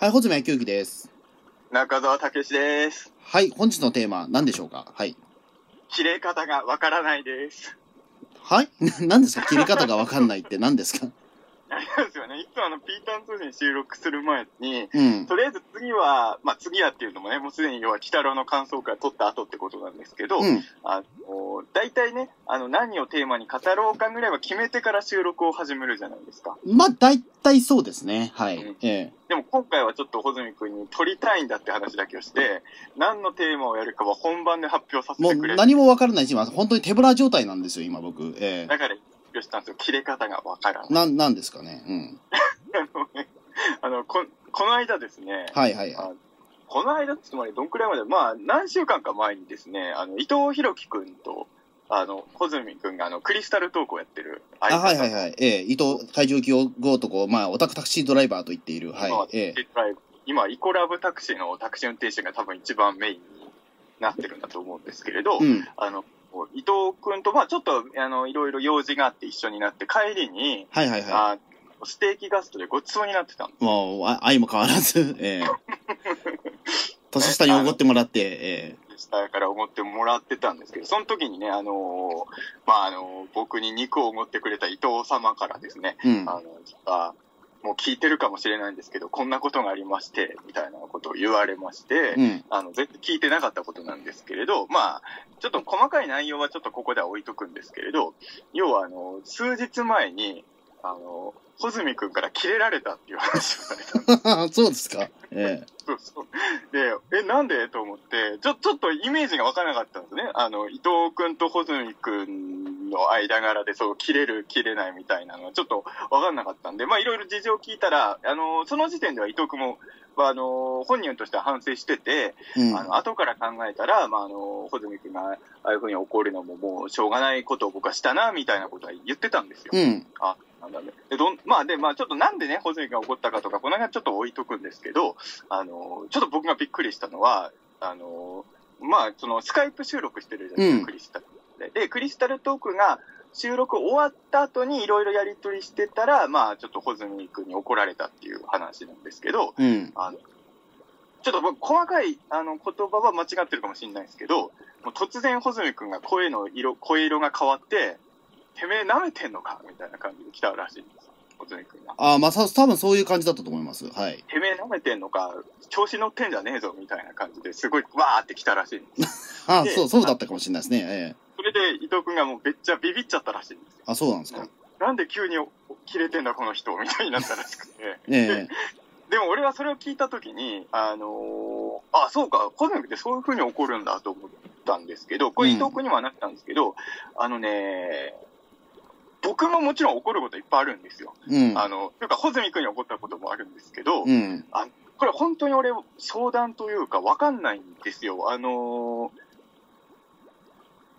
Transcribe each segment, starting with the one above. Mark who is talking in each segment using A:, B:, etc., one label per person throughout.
A: はい、ほずめやきゅうきです。
B: 中澤武史です。
A: はい、本日のテーマ、何でしょうかはい。
B: 切れ方がわからないです。
A: はい な何ですか切り方がわかんないって何ですか
B: あれなんですよね。いつもあの、ピーターン通信収録する前に、
A: うん。
B: とりあえず次は、まあ次はっていうのもね、もうすでに要は、北郎の感想会撮った後ってことなんですけど、
A: うん。
B: あの、大体ね、あの、何をテーマに語ろうかぐらいは決めてから収録を始めるじゃないですか。
A: まあ、大体そうですね。はい。
B: うん
A: ええ
B: でも今回はちょっと、穂積君に撮りたいんだって話だけをして、何のテーマをやるかは本番で発表させ
A: も
B: て
A: う
B: くれ。
A: 何もわからないし、今、本当に手ぶら状態なんですよ、今僕。ええ
B: だから、発表したんですよ。切れ方がわからない。
A: な、なんですかね。うん。
B: あの、こ、この間ですね、
A: はいはいはい。
B: この間っつまりどんくらいまで、まあ、何週間か前にですね、あの、伊藤博樹くんと、あの、小泉くんが、あの、クリスタルトークをやってる相
A: あ、
B: 方
A: はいはいはい。ええ伊藤怪獣記号男、まあ、オタクタクシードライバーと言っている。はい
B: 今は。
A: ええ
B: 今、イコラブタクシーのタクシー運転手が多分一番メインになってるんだと思うんですけれど、
A: うん。
B: あの、伊藤くんと、まあ、ちょっと、あの、いろいろ用事があって一緒になって、帰りに、
A: はいはいは
B: あステーキガストでごちそうになってたの。
A: い。もう、あ愛も変わらず、 ええ年下におごってもらって、え
B: 下から思ってもらってたんですけど、その時にね、あのーまあ、あのー僕に肉をおごってくれた伊藤様からですね、
A: えうん。
B: あの、あもう聞いてるかもしれないんですけど、こんなことがありまして、みたいなことを言われまして、
A: うん。
B: あの、絶対聞いてなかったことなんですけれど、まあ、ちょっと細かい内容はちょっとここでは置いとくんですけれど、要はあの、数日前に、あの、穂積君からキレられたっていう話をされたんで す
A: そうですか。ええ
B: そうそう。で、え、なんでと思って、ちょ、ちょっとイメージがわからなかったんですね。あの、伊藤くんと穂積くんの間柄で、そう、切れる、切れないみたいなのは、ちょっとわかんなかったんで、まあ、いろいろ事情を聞いたら、あの、その時点では伊藤くんも、まああの、本人としては反省してて、
A: うん。
B: あの、後から考えたら、まあ、あの、穂積くんが、ああいうふうに怒るのももう、しょうがないことを僕はしたな、みたいなことは言ってたんですよ。
A: うん。
B: なんだね。で、どん、まあで、まあちょっとなんでね、ホズミが怒ったかとか、この辺はちょっと置いとくんですけど、あの、ちょっと僕がびっくりしたのは、あの、まあそのスカイプ収録してるじゃないですか、
A: うん
B: クリスタルで。で、クリスタルトークが収録終わった後にいろいろやりとりしてたら、まあちょっとホズミ君に怒られたっていう話なんですけど、
A: うん。
B: あの、ちょっと僕、細かい、あの、言葉は間違ってるかもしれないですけど、もう突然、穂積君が声の色、声色が変わって、てめえ舐めてんのかみたいな感じで来たらしいんです。穂積君が。
A: ああ、まあ、さ多分そういう感じだったと思います。はい。
B: てめえ舐めてんのか、調子乗ってんじゃねえぞ、みたいな感じですごい、わーって来たらしいんです。
A: ああ、
B: で
A: そう、そうだったかもしれないですね。ええ
B: それで、伊藤君がもうめっちゃビビっちゃったらしいんですよ。
A: あ、そうなんですか。
B: なんで急に切れてんだ、この人、みたいになったらしくて。
A: ええ
B: でも俺はそれを聞いたときに、あのーあ、そうか、コズミックってそういう風に起こるんだと思ったんですけど、これ
A: うん
B: 伊藤君にもなったんですけど、あのね、僕ももちろん怒ることいっぱいあるんですよ。
A: うん。
B: あの、というか、穂積君に怒ったこともあるんですけど、
A: うん。
B: これ本当に俺、相談というか、わかんないんですよ。あのー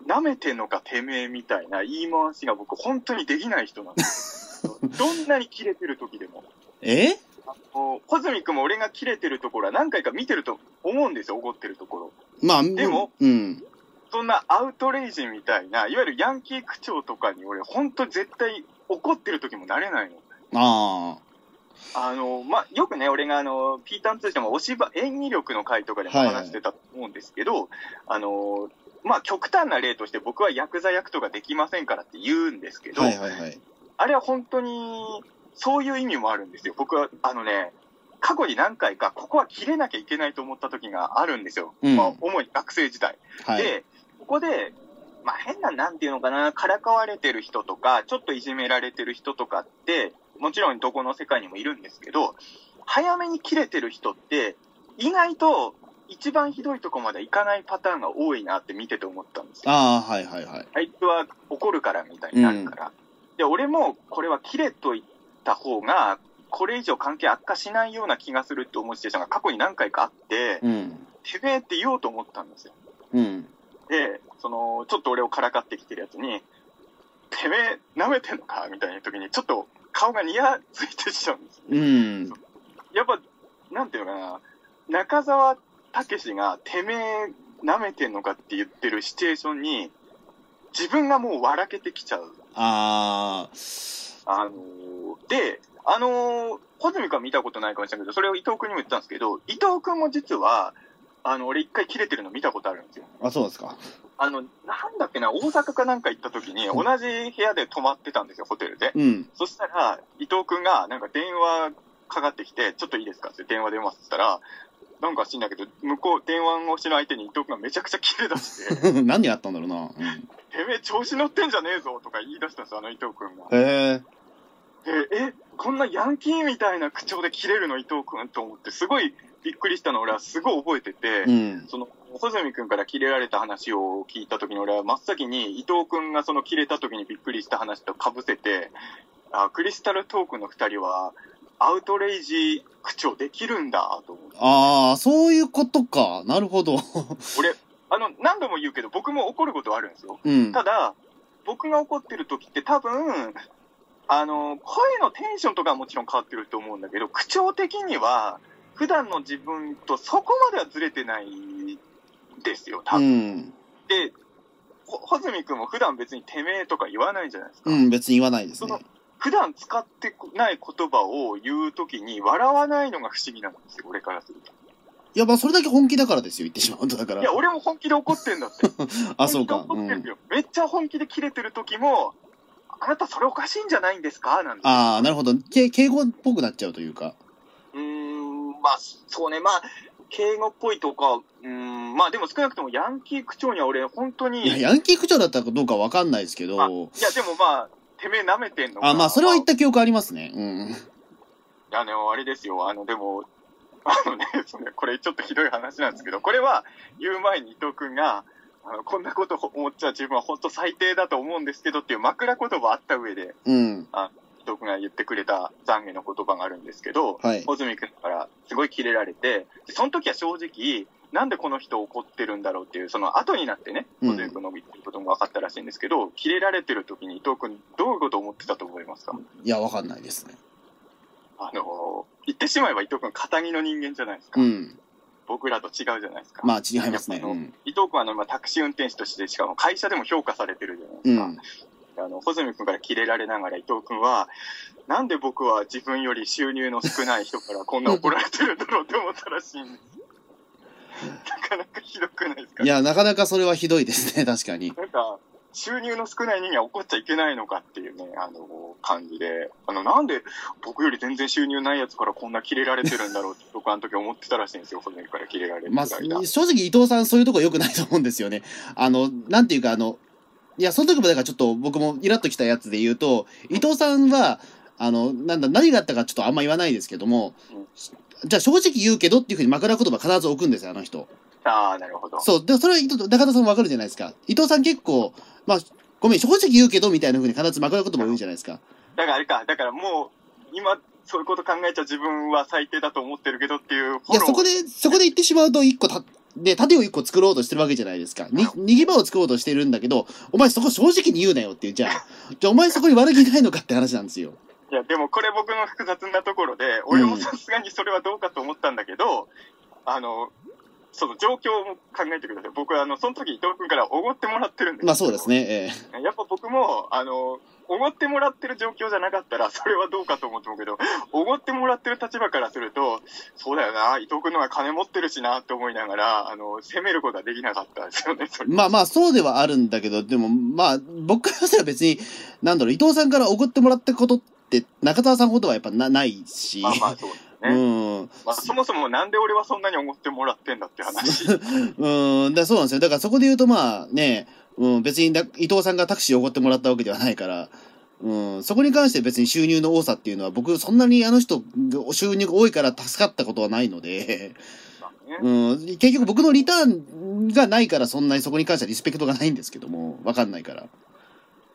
B: 舐めてんのかてめえみたいな言い回しが僕、本当にできない人なんですよ。どんなにキレてる時でも。
A: え
B: こう、ホズミ君も俺が切れてるところは何回か見てると思うんですよ、怒ってるところ。
A: まあ、
B: でも
A: うん。
B: そんなアウトレイジみたいな、いわゆるヤンキー区長とかに俺、ほんと絶対怒ってる時もなれないの。
A: あ
B: あの、まあ、よくね、俺があの、ピーターン通信もお芝、演技力の回とかでも
A: はいはい
B: 話してたと思うんですけど、あの、まあ、極端な例として僕はヤクザ役とかできませんからって言うんですけ
A: あ。
B: ど、
A: はいはいはい。
B: あれは本当に、そういう意味もあるんですよ。僕は、あのね、過去に何回か、ここは切れなきゃいけないと思った時があるんですよ。
A: うん
B: まあ、主に学生時代。
A: はい。
B: で、ここで、まあ、変な、なんていうのかな、からかわれてる人とか、ちょっといじめられてる人とかって、もちろんどこの世界にもいるんですけど、早めに切れてる人って、意外と一番ひどいとこまでいかないパターンが多いなって見てて思ったんですよ。
A: ああ、はいはいはい。
B: あいつは怒るからみたいになるから。で、俺もこれは切れといた方が、これ以上関係悪化しないような気がするって思うシチュエーションが過去に何回かあって、
A: うん。
B: てめえって言おうと思ったんですよ。
A: うん。
B: で、その、ちょっと俺をからかってきてるやつに、てめえ舐めてんのかみたいな時に、ちょっと顔がニヤついてしちゃうんですよ。
A: うん。
B: やっぱ、なんていうのかな、中澤武史がてめえ舐めてんのかって言ってるシチュエーションに、自分がもう笑けてきちゃう。
A: ああ。
B: あのーで、あのー、穂積君は見たことないかもしれないけど、それを伊藤君にも言ったんですけど、伊藤君も実は、あの、俺一回切れてるの見たことあるんですよ。
A: あ、そうですか。
B: あの、なんだっけな、大阪かなんか行った時に、同じ部屋で泊まってたんですよ、ホテルで。
A: うん。
B: そしたら、伊藤君が、なんか電話かかってきて、ちょっといいですかって電話出ますって言ったら、なんか知んないけど、向こう、電話越しの相手に伊藤君がめちゃくちゃ切れ出して、て
A: 何やったんだろうな。うん
B: めえ調子乗ってんじゃねえぞとか言い出したんですよ、あの伊藤君が。
A: へえ。
B: で、え、こんなヤンキーみたいな口調で切れるの伊藤君と思って、すごいびっくりしたの俺はすごい覚えてて、
A: うん。
B: その、細住君から切れられた話を聞いた時に俺は真っ先に伊藤君がその切れた時にびっくりした話と被せて、あ、クリスタルトークの二人はアウトレイジ口調できるんだと思って。
A: ああ、そういうことか。なるほど。
B: 俺、あの、何度も言うけど僕も怒ることはあるんですよ。
A: うん。
B: ただ、僕が怒ってる時って多分、あの、声のテンションとかはもちろん変わってると思うんだけど、口調的には、普段の自分とそこまではずれてないですよ、多
A: う
B: 分。
A: ん。
B: で、ほ穂積君も普段別にてめえとか言わないじゃないですか。
A: うん、別に言わないです
B: そ
A: ね
B: の。普段使ってない言葉を言うときに笑わないのが不思議なんですよ、俺からすると。
A: いや、まあ、それだけ本気だからですよ、言ってしまうと。だか
B: いや、
A: ら。
B: 俺も本気で怒ってんだって。
A: あ、そうか。
B: 本
A: う
B: 気で怒って
A: ん
B: る。よ。めっちゃ本気で切れてる時も、あなたそれおかしいんじゃないんですかなんて。
A: ああ、なるほど。け敬語っぽくなっちゃうというか。
B: うーん、まあ、そうね、まあ、敬語っぽいとか、うーん、まあでも少なくともヤンキー区長には俺、本当に、
A: いや、ヤンキー口調だったかどうかわかんないですけ
B: まあ
A: ど。
B: いやでもまあ、てめえ舐めてんのか
A: あ、まあ、それは言った記憶ありますね。うん。
B: あの、あれですよ、あの、でも、あのね、それこれちょっとひどい話なんですけど、これは言う前に伊藤君が、あのこんなこと思っちゃ自分は本当最低だと思うんですけどっていう枕言葉あった上で、
A: うん。
B: 伊藤君が言ってくれた懺悔の言葉があるんですけど、
A: はい。
B: 穂積君からすごいキレられて、でその時は正直、なんでこの人怒ってるんだろうっていう、その後になってね、
A: うん
B: 穂積君の言ってることも分かったらしいんですけど、キレられてる時に伊藤君、どういうこと思ってたと思いますか
A: いや、わかんないですね。
B: あの、言ってしまえば伊藤君、堅気の人間じゃないですか。
A: うん。
B: 僕らと違うじゃないですか。
A: まあ、違いますね。
B: やっぱ
A: う
B: あの
A: ん。
B: 伊藤君はあの、まあ、タクシー運転手として、しかも会社でも評価されてるじゃな
A: う
B: い
A: ん
B: で。すか。あの、穂積君からキレられながら伊藤君は、なんで僕は自分より収入の少ない人からこんな怒られてるんだろうって思ったらしいんです。なかなかひどくないですか
A: いや、なかなかそれはひどいですね、確かに。
B: なんか、収入の少ない人には怒っちゃいけないのかっていうね、あの、感じで、あの、なんで僕より全然収入ないやつからこんなキレられてるんだろうって僕あの時思ってたらしいんですよ、穂積君からキレられてる
A: まあ、
B: 間
A: 正直伊藤さんそういうとこ良くないと思うんですよね。あの、なんていうかあの、いや、その時もだからちょっと僕もイラッときたやつで言うと、伊藤さんは、あの、なんだ、何があったかちょっとあんま言わないですけども、じゃあ正直言うけどっていうふうに枕言葉必ず置くんですよ、あの人。
B: ああ、なるほど。
A: そう、で、それは伊藤中田さんわかるじゃないですか。伊藤さん結構、まあ、ごめん、正直言うけどみたいなふうに必ず枕言葉言うじゃないですか。
B: だからあれか、だからもう、今、そういうこと考えちゃ自分は最低だと思ってるけどっていうフ
A: いや、
B: ォロー。
A: そこで、そこで言ってしまうと、一個た、で、盾を一個作ろうとしてるわけじゃないですか。に、逃げ場を作ろうとしてるんだけど、お前そこ正直に言うなよっていう、じゃあ、じゃあお前そこに悪気ないのかって話なんです よ。
B: いや、でもこれ僕の複雑なところで、俺もさすがにそれはどうかと思ったんだけど、あの、その状況も考えてください。僕はあの、その時伊藤君からおごってもらってるんです
A: まあそうです
B: ね。
A: ね、え
B: やっぱ僕も、あの、おごってもらってる状況じゃなかったら、 それはどうかと思ってもけど、おごってもらってる立場からすると、そうだよな、伊藤君の方が金持ってるしな、って思いながら、あの、責めることはできなかったんですよね、そ
A: え
B: れ。
A: まあまあそうではあるんだけど、でもまあ、僕からしたら別に、なんだろう、伊藤さんから送ってもらったことって、中澤さんほどはやっぱなないし。
B: まあまあ、そうですね。
A: うん。
B: まあ、そもそもなんで俺はそんなに思ってもらってんだって話。そう
A: うん、だそうなんですよ。だからそこで言うとまあね、うん、別にだ伊藤さんがタクシーをおごってもらったわけではないから、うん、そこに関して別に収入の多さっていうのは僕そんなにあの人が収入が多いから助かったことはないので、
B: ね
A: うん、結局僕のリターンがないからそんなにそこに関してはリスペクトがないんですけども、わかんないから。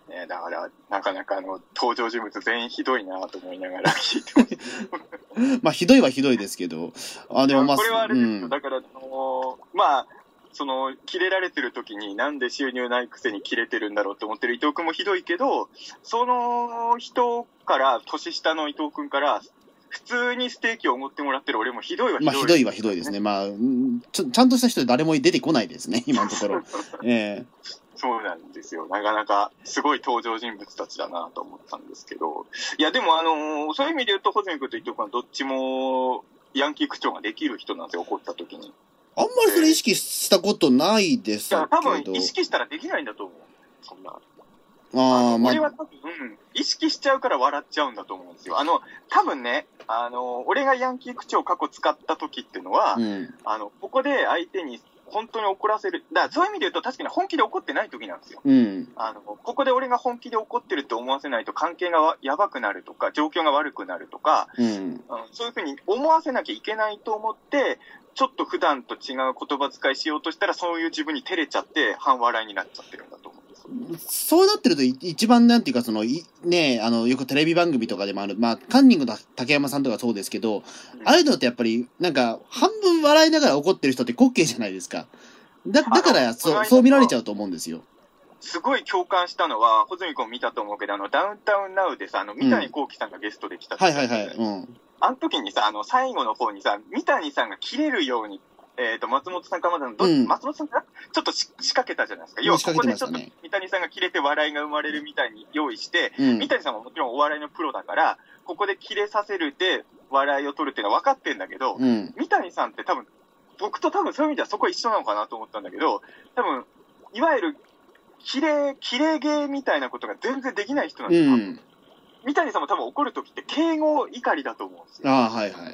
B: ねだから、なかなかあの、登場人物全員ひどいなと思いながら聞いてます。
A: まあひどいはひどいですけど、あ、でもまあ、
B: これはあれ
A: う
B: ですよ。
A: ん、
B: だから、あのーまあ、その、キレられてる時になんで収入ないくせにキレてるんだろうと思ってる伊藤君もひどいけど、その人から、年下の伊藤君から、普通にステーキをおごってもらってる俺もひどいはひ
A: ま
B: ど
A: あ
B: い。
A: ひどいはひど いですね。まあ、うんちょちゃんとした人誰も出てこないですね、今のところ。ええ
B: そうなんですよ。なかなかすごい登場人物たちだなと思ったんですけど。いや、でもあのーそういう意味で言うと、ホズミ君と伊藤君はどっちもヤンキー区長ができる人なんですよ、怒った時に。
A: あんまりそれ意識したことないですけ
B: だ
A: ど。
B: から多分意識したらできないんだと思う。そんな。
A: ああ、ま
B: 俺は
A: あ、
B: 多分、意識しちゃうから笑っちゃうんだと思うんですよ。あの、多分ね、あの、俺がヤンキー口調を過去使った時っていうのは、
A: うん。
B: あの、ここで相手に本当に怒らせる。だからそういう意味で言うと確かに本気で怒ってない時なんですよ。
A: うん。
B: あの、ここで俺が本気で怒ってると思わせないと関係がわやばくなるとか、状況が悪くなるとか、
A: うん。
B: うんそういうふうに思わせなきゃいけないと思って、ちょっと普段と違う言葉遣いしようとしたら、そういう自分に照れちゃって、半笑いになっちゃってるんだと思うんですよ。
A: そうなってると、い一番なんていうか、その、いねえ、あの、よくテレビ番組とかでもある、まあ、カンニングの竹山さんとかそうですけど、ああいうのってやっぱり、なんか、半分笑いながら怒ってる人って滑稽じゃないですか。だ、だから、
B: あ
A: そ
B: の
A: う、そう見られちゃうと思うんですよ。
B: すごい共感したのは、穂積君見たと思うけど、あの、ダウンタウンナウでさ、あの、三谷幸喜さんがゲストで来た時
A: はいはいはい。うん。
B: あの時にさ、あの、最後の方にさ、三谷さんが切れるように、えっ、と、松本さんかまだの、ど
A: うん
B: 松本さんかなちょっとし仕掛けたじゃないですか。
A: うん
B: 要は、ここで
A: 仕
B: ち
A: 掛
B: ょっと
A: けてまし
B: 三谷さんが切れて笑いが生まれるみたいに用意して、
A: うん
B: 三。谷さんももちろんお笑いのプロだから、ここで切れさせるで笑いを取るっていうのは分かってんだけど、
A: うん。
B: 三谷さんって多分、僕と多分そういう意味ではそこは一緒なのかなと思ったんだけど、多分、いわゆる、綺麗、綺麗芸みたいなことが全然できない人なん
A: う
B: ですよ。
A: ん。
B: 三谷さんも多分怒るときって敬語怒りだと思うんですよ。
A: ああ、はいはい。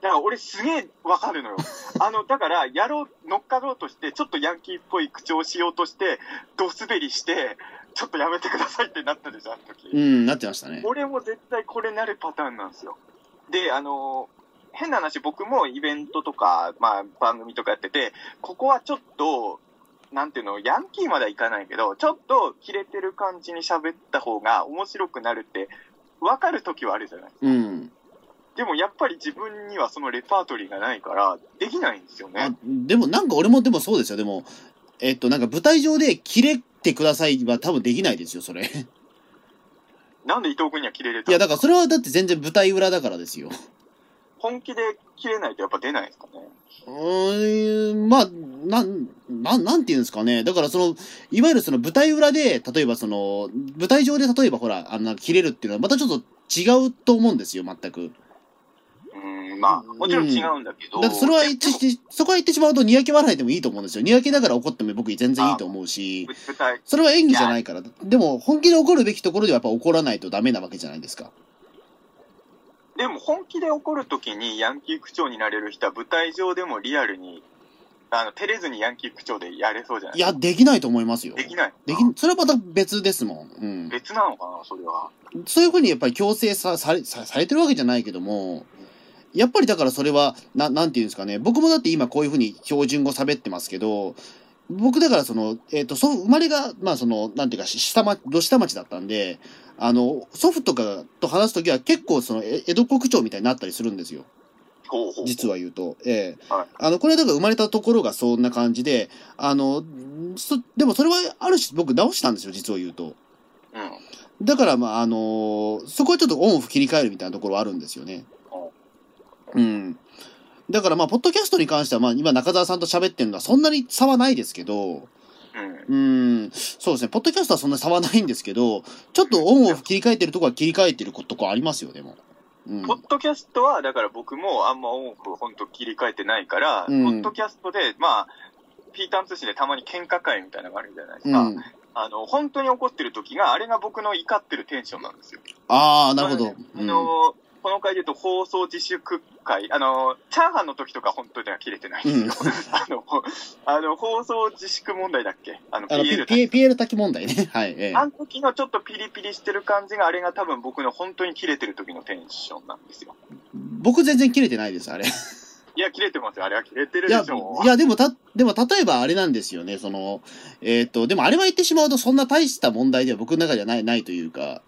B: だから俺すげえわ かるのよ。あの、だから、やろう、乗っかろうとして、ちょっとヤンキーっぽい口調をしようとして、ドスベりして、ちょっとやめてくださいってなったでしょ、あの時。
A: うん、なってましたね。
B: 俺も絶対これなるパターンなんですよ。で、あのー変な話、僕もイベントとか、まあ、番組とかやってて、ここはちょっと、なんていうの、ヤンキーまではいかないけど、ちょっとキレてる感じに喋った方が面白くなるって、分かる時はあるじゃない。
A: うん。
B: でもやっぱり自分にはそのレパートリーがないから、できないんですよね。
A: あでもなんか俺もでもそうですよでもえっとなんか舞台上でキレてくださいは多分できないですよそれい
B: なんで伊藤君にはキレれた
A: やだからそれはだって全然舞台裏だからですよ
B: 本気でキレないとやっぱ出ないですかね。
A: うーんまあなんなんなんていうんですかねだからそのいわゆるその舞台裏で例えばその舞台上で例えばほらあのなんか切れるっていうのはまたちょっと違うと思うんですよ全く
B: うん、まあ、もちろん違うんだけど。
A: だってそれは
B: で
A: 一致そこは言ってしまうとにやけ笑いでもいいと思うんですよにやけだから怒っても僕全然いいと思うし
B: 舞台
A: それは演技じゃないからでも本気で怒るべきところではやっぱ怒らないとダメなわけじゃないですか
B: でも本気で怒るときにヤンキー区長になれる人は舞台上でもリアルに、あの、照れずにヤンキー区長でやれそうじゃない
A: いや、できないと思いますよ。
B: できない。
A: できんそれはまた別ですもん。う
B: 別なのかな、それは。
A: ん。そういうふうにやっぱり強制さされさされてるわけじゃないけども、やっぱりだからそれは、ななんていうんですかね、僕もだって今こういうふうに標準語喋ってますけど、僕だからその、えっ、と、祖父、生まれが、まあその、なんていうか、し下町、ど下町だったんで、あの、祖父とかと話すときは結構その、え江戸国長みたいになったりするんですよ。
B: ほうほう。
A: 実は言うと、ええ
B: はい
A: あのこれはだから生まれたところがそんな感じであのそでもそれはある種僕直したんですよ実を言うと
B: うん。
A: だからまああのそこはちょっとオンオフ切り替えるみたいなところはあるんですよねうんだからまあポッドキャストに関してはまあ今中澤さんと喋ってるのはそんなに差はないですけど
B: うん。
A: うんそうですねポッドキャストはそんな差はないんですけどちょっとオンオフ切り替えてるとこは切り替えてるとこありますよでも、うん
B: ポッドキャストは、だから僕もあんま音楽を本当切り替えてないから、
A: うん
B: ポッドキャストで、まあ、ピーターン通信でたまに喧嘩会みたいなのがあるじゃないで
A: う
B: す
A: ん、
B: か。
A: あ
B: あの、本当に怒ってる時が、あれが僕の怒ってるテンションなんですよ。
A: あーなるほど、
B: あの、この回で言うと放送自粛会、あの、チャーハンの時とか本当には切れてないんですよ。 あの、あの、放送自粛問題だっけあの、
A: あの、P-
B: PL だっけ
A: P- PL 滝問題ね。 はい。ええ
B: あの時のちょっとピリピリしてる感じがあれが多分僕の本当に切れてる時のテンションなんですよ。
A: 僕全然切れてないです、あれ。い
B: いや、切れてますよ。あれは切れてるで
A: や、
B: しょ
A: いや、でもた、でも例えばあれなんですよね、その、えーっと、でもあれは言ってしまうとそんな大した問題では僕の中じゃない、ないというか、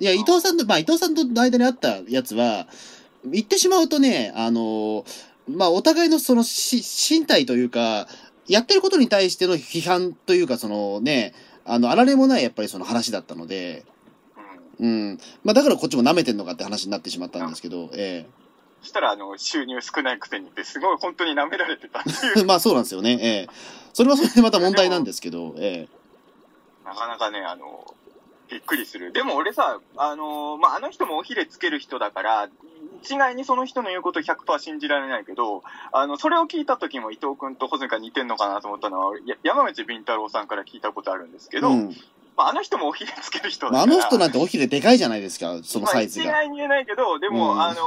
A: いや、伊藤さんと、まあ伊藤さんとの間にあったやつは、言ってしまうとね、あの、まあお互いのそのし身体というか、やってることに対しての批判というか、そのね、あの、あられもないやっぱりその話だったので、
B: うん。
A: うん。まあだからこっちも舐めてんのかって話になってしまったんですけど、ええ
B: そしたら、あの、収入少ないくせにって、すごい本当に 舐められてたっていう。
A: まあそうなんですよね。ええそれはそれでまた問題なんですけど、ええ
B: なかなかね、あの、びっくりする。でも俺さ、あの、まあ、あの人もおひれつける人だから、一概にその人の言うこと100%信じられないけど、あの、それを聞いた時も伊藤君と穂積が似てんのかなと思ったのは、や山口敏太郎さんから聞いたことあるんですけど、
A: うん
B: まあ、あの人もおひれつける人だか
A: まあ、
B: ら。
A: あの人なんておひれでかいじゃないですか、その
B: まあ
A: サイズ
B: 一
A: が。
B: 概に言えないけど、でも、
A: うん
B: あのー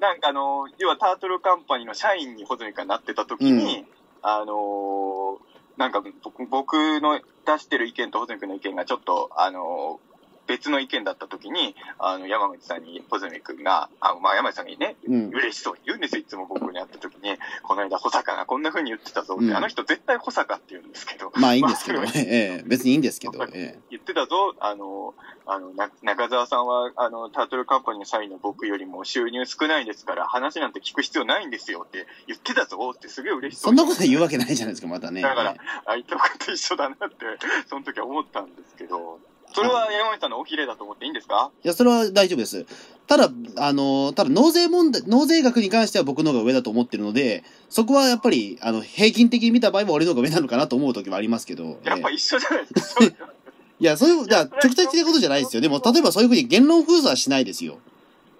B: なんかあのー要はタートルカンパニーの社員にホズミがなってた時に、あのーなんか僕僕の出してる意見とホズミ君の意見がちょっと、あのー別の意見だった時に、あの、山口さんに、ホズミ君が、あまあ、山口さんにね、
A: うん。
B: 嬉しそうに言うんですよ、いつも僕に会った時に、この間、保坂がこんな風に言ってたぞって、
A: うん
B: あの人絶対保坂って言うんですけど、
A: まあいいんですけど、
B: まあ
A: ええ、別にいいんですけど、ええ。
B: 言ってたぞ、あの、あの、な中澤さんは、あの、タートルカンパニーの社員の僕よりも収入少ないですから、話なんて聞く必要ないんですよって言ってたぞってすげえ嬉しそ
A: そ
B: うんに
A: なこと言うわけないじゃないですか、またね。
B: だから
A: え
B: あ、伊藤君と一緒だなって、その時は思ったんですけど、それは山口さんのおひれだと思っていいんですか
A: えいや、それは大丈夫です。ただ、あの、ただ納税問題、納税額に関しては僕の方が上だと思ってるので、そこはやっぱり、あの、平均的に見た場合は俺の方が上なのかなと思う時もありますけど。ええ
B: やっぱ一緒じゃないですか。そう
A: いや、そういう、じゃあ直接的なことじゃないですよ。でも、例えばそういうふうに言論封鎖はしないですよ。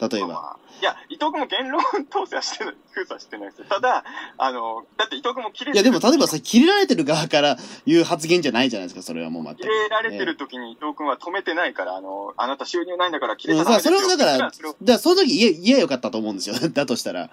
A: 例えば。
B: まあいや、伊藤君も言論統制はしてない、封鎖はしてないですよ。ただ、あの、だって伊藤君も切れ
A: い
B: て
A: や、
B: る
A: でも、例えばさ、切れられてる側から言う発言じゃないじゃないですか、それはもう全く。
B: 切れられてる時に伊藤君は止めてないから、あの、あなた収入ないんだから切れ
A: う
B: た
A: ん、
B: らダメ
A: さ
B: です
A: そ
B: よ
A: れはだから、
B: それは
A: じゃあその時言え、言えばよかったと思うんですよ。だとしたら。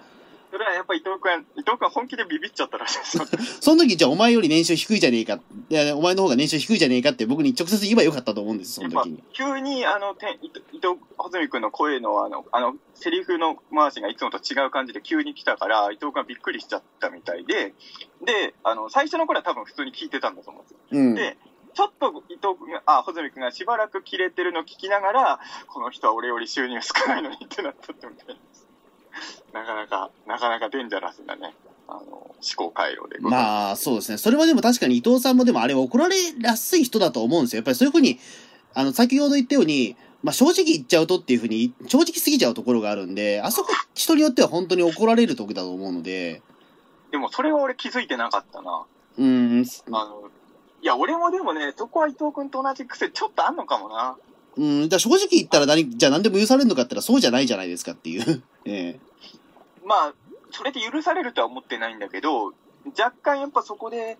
B: それはやっぱ伊藤君、伊藤君は本気でビビっちゃったらしいですよ。
A: その時、じゃあお前より年収低いじゃねえか。いや、お前の方が年収低いじゃねえかって僕に直接言えばよかったと思うんですよ、その時に。
B: 急に、あの、て伊藤伊藤穂積君の声の、あの、あの、セリフの回しがいつもと違う感じで急に来たから、伊藤君はびっくりしちゃったみたいで、で、あの、最初の頃は多分普通に聞いてたんだと思うんですよ。
A: うん。
B: でちょっと伊藤君が、あ、穂積君がしばらく切れてるの聞きながら、この人は俺より収入少ないのにってなったってみたいです。なかなか、なかなかデンジャラスなね、あの、思考回路でございます。
A: まあ、そうですね。それはでも確かに伊藤さんもでもあれは怒られやすい人だと思うんですよ。やっぱりそういうふうに、あの、先ほど言ったように、まあ正直言っちゃうとっていうふうに、正直すぎちゃうところがあるんで、あそこ人によっては本当に怒られる時だと思うので、
B: でもそれは俺気づいてなかったな。
A: うん、
B: あの、いや、俺もでもね、そこは伊藤君と同じ癖ちょっとあんのかもな。
A: うん、じゃあ正直言ったら何、じゃあ何でも許されるのかって言ったらそうじゃないじゃないですかっていう。 ええ。
B: まあ、それで許されるとは思ってないんだけど、若干やっぱそこで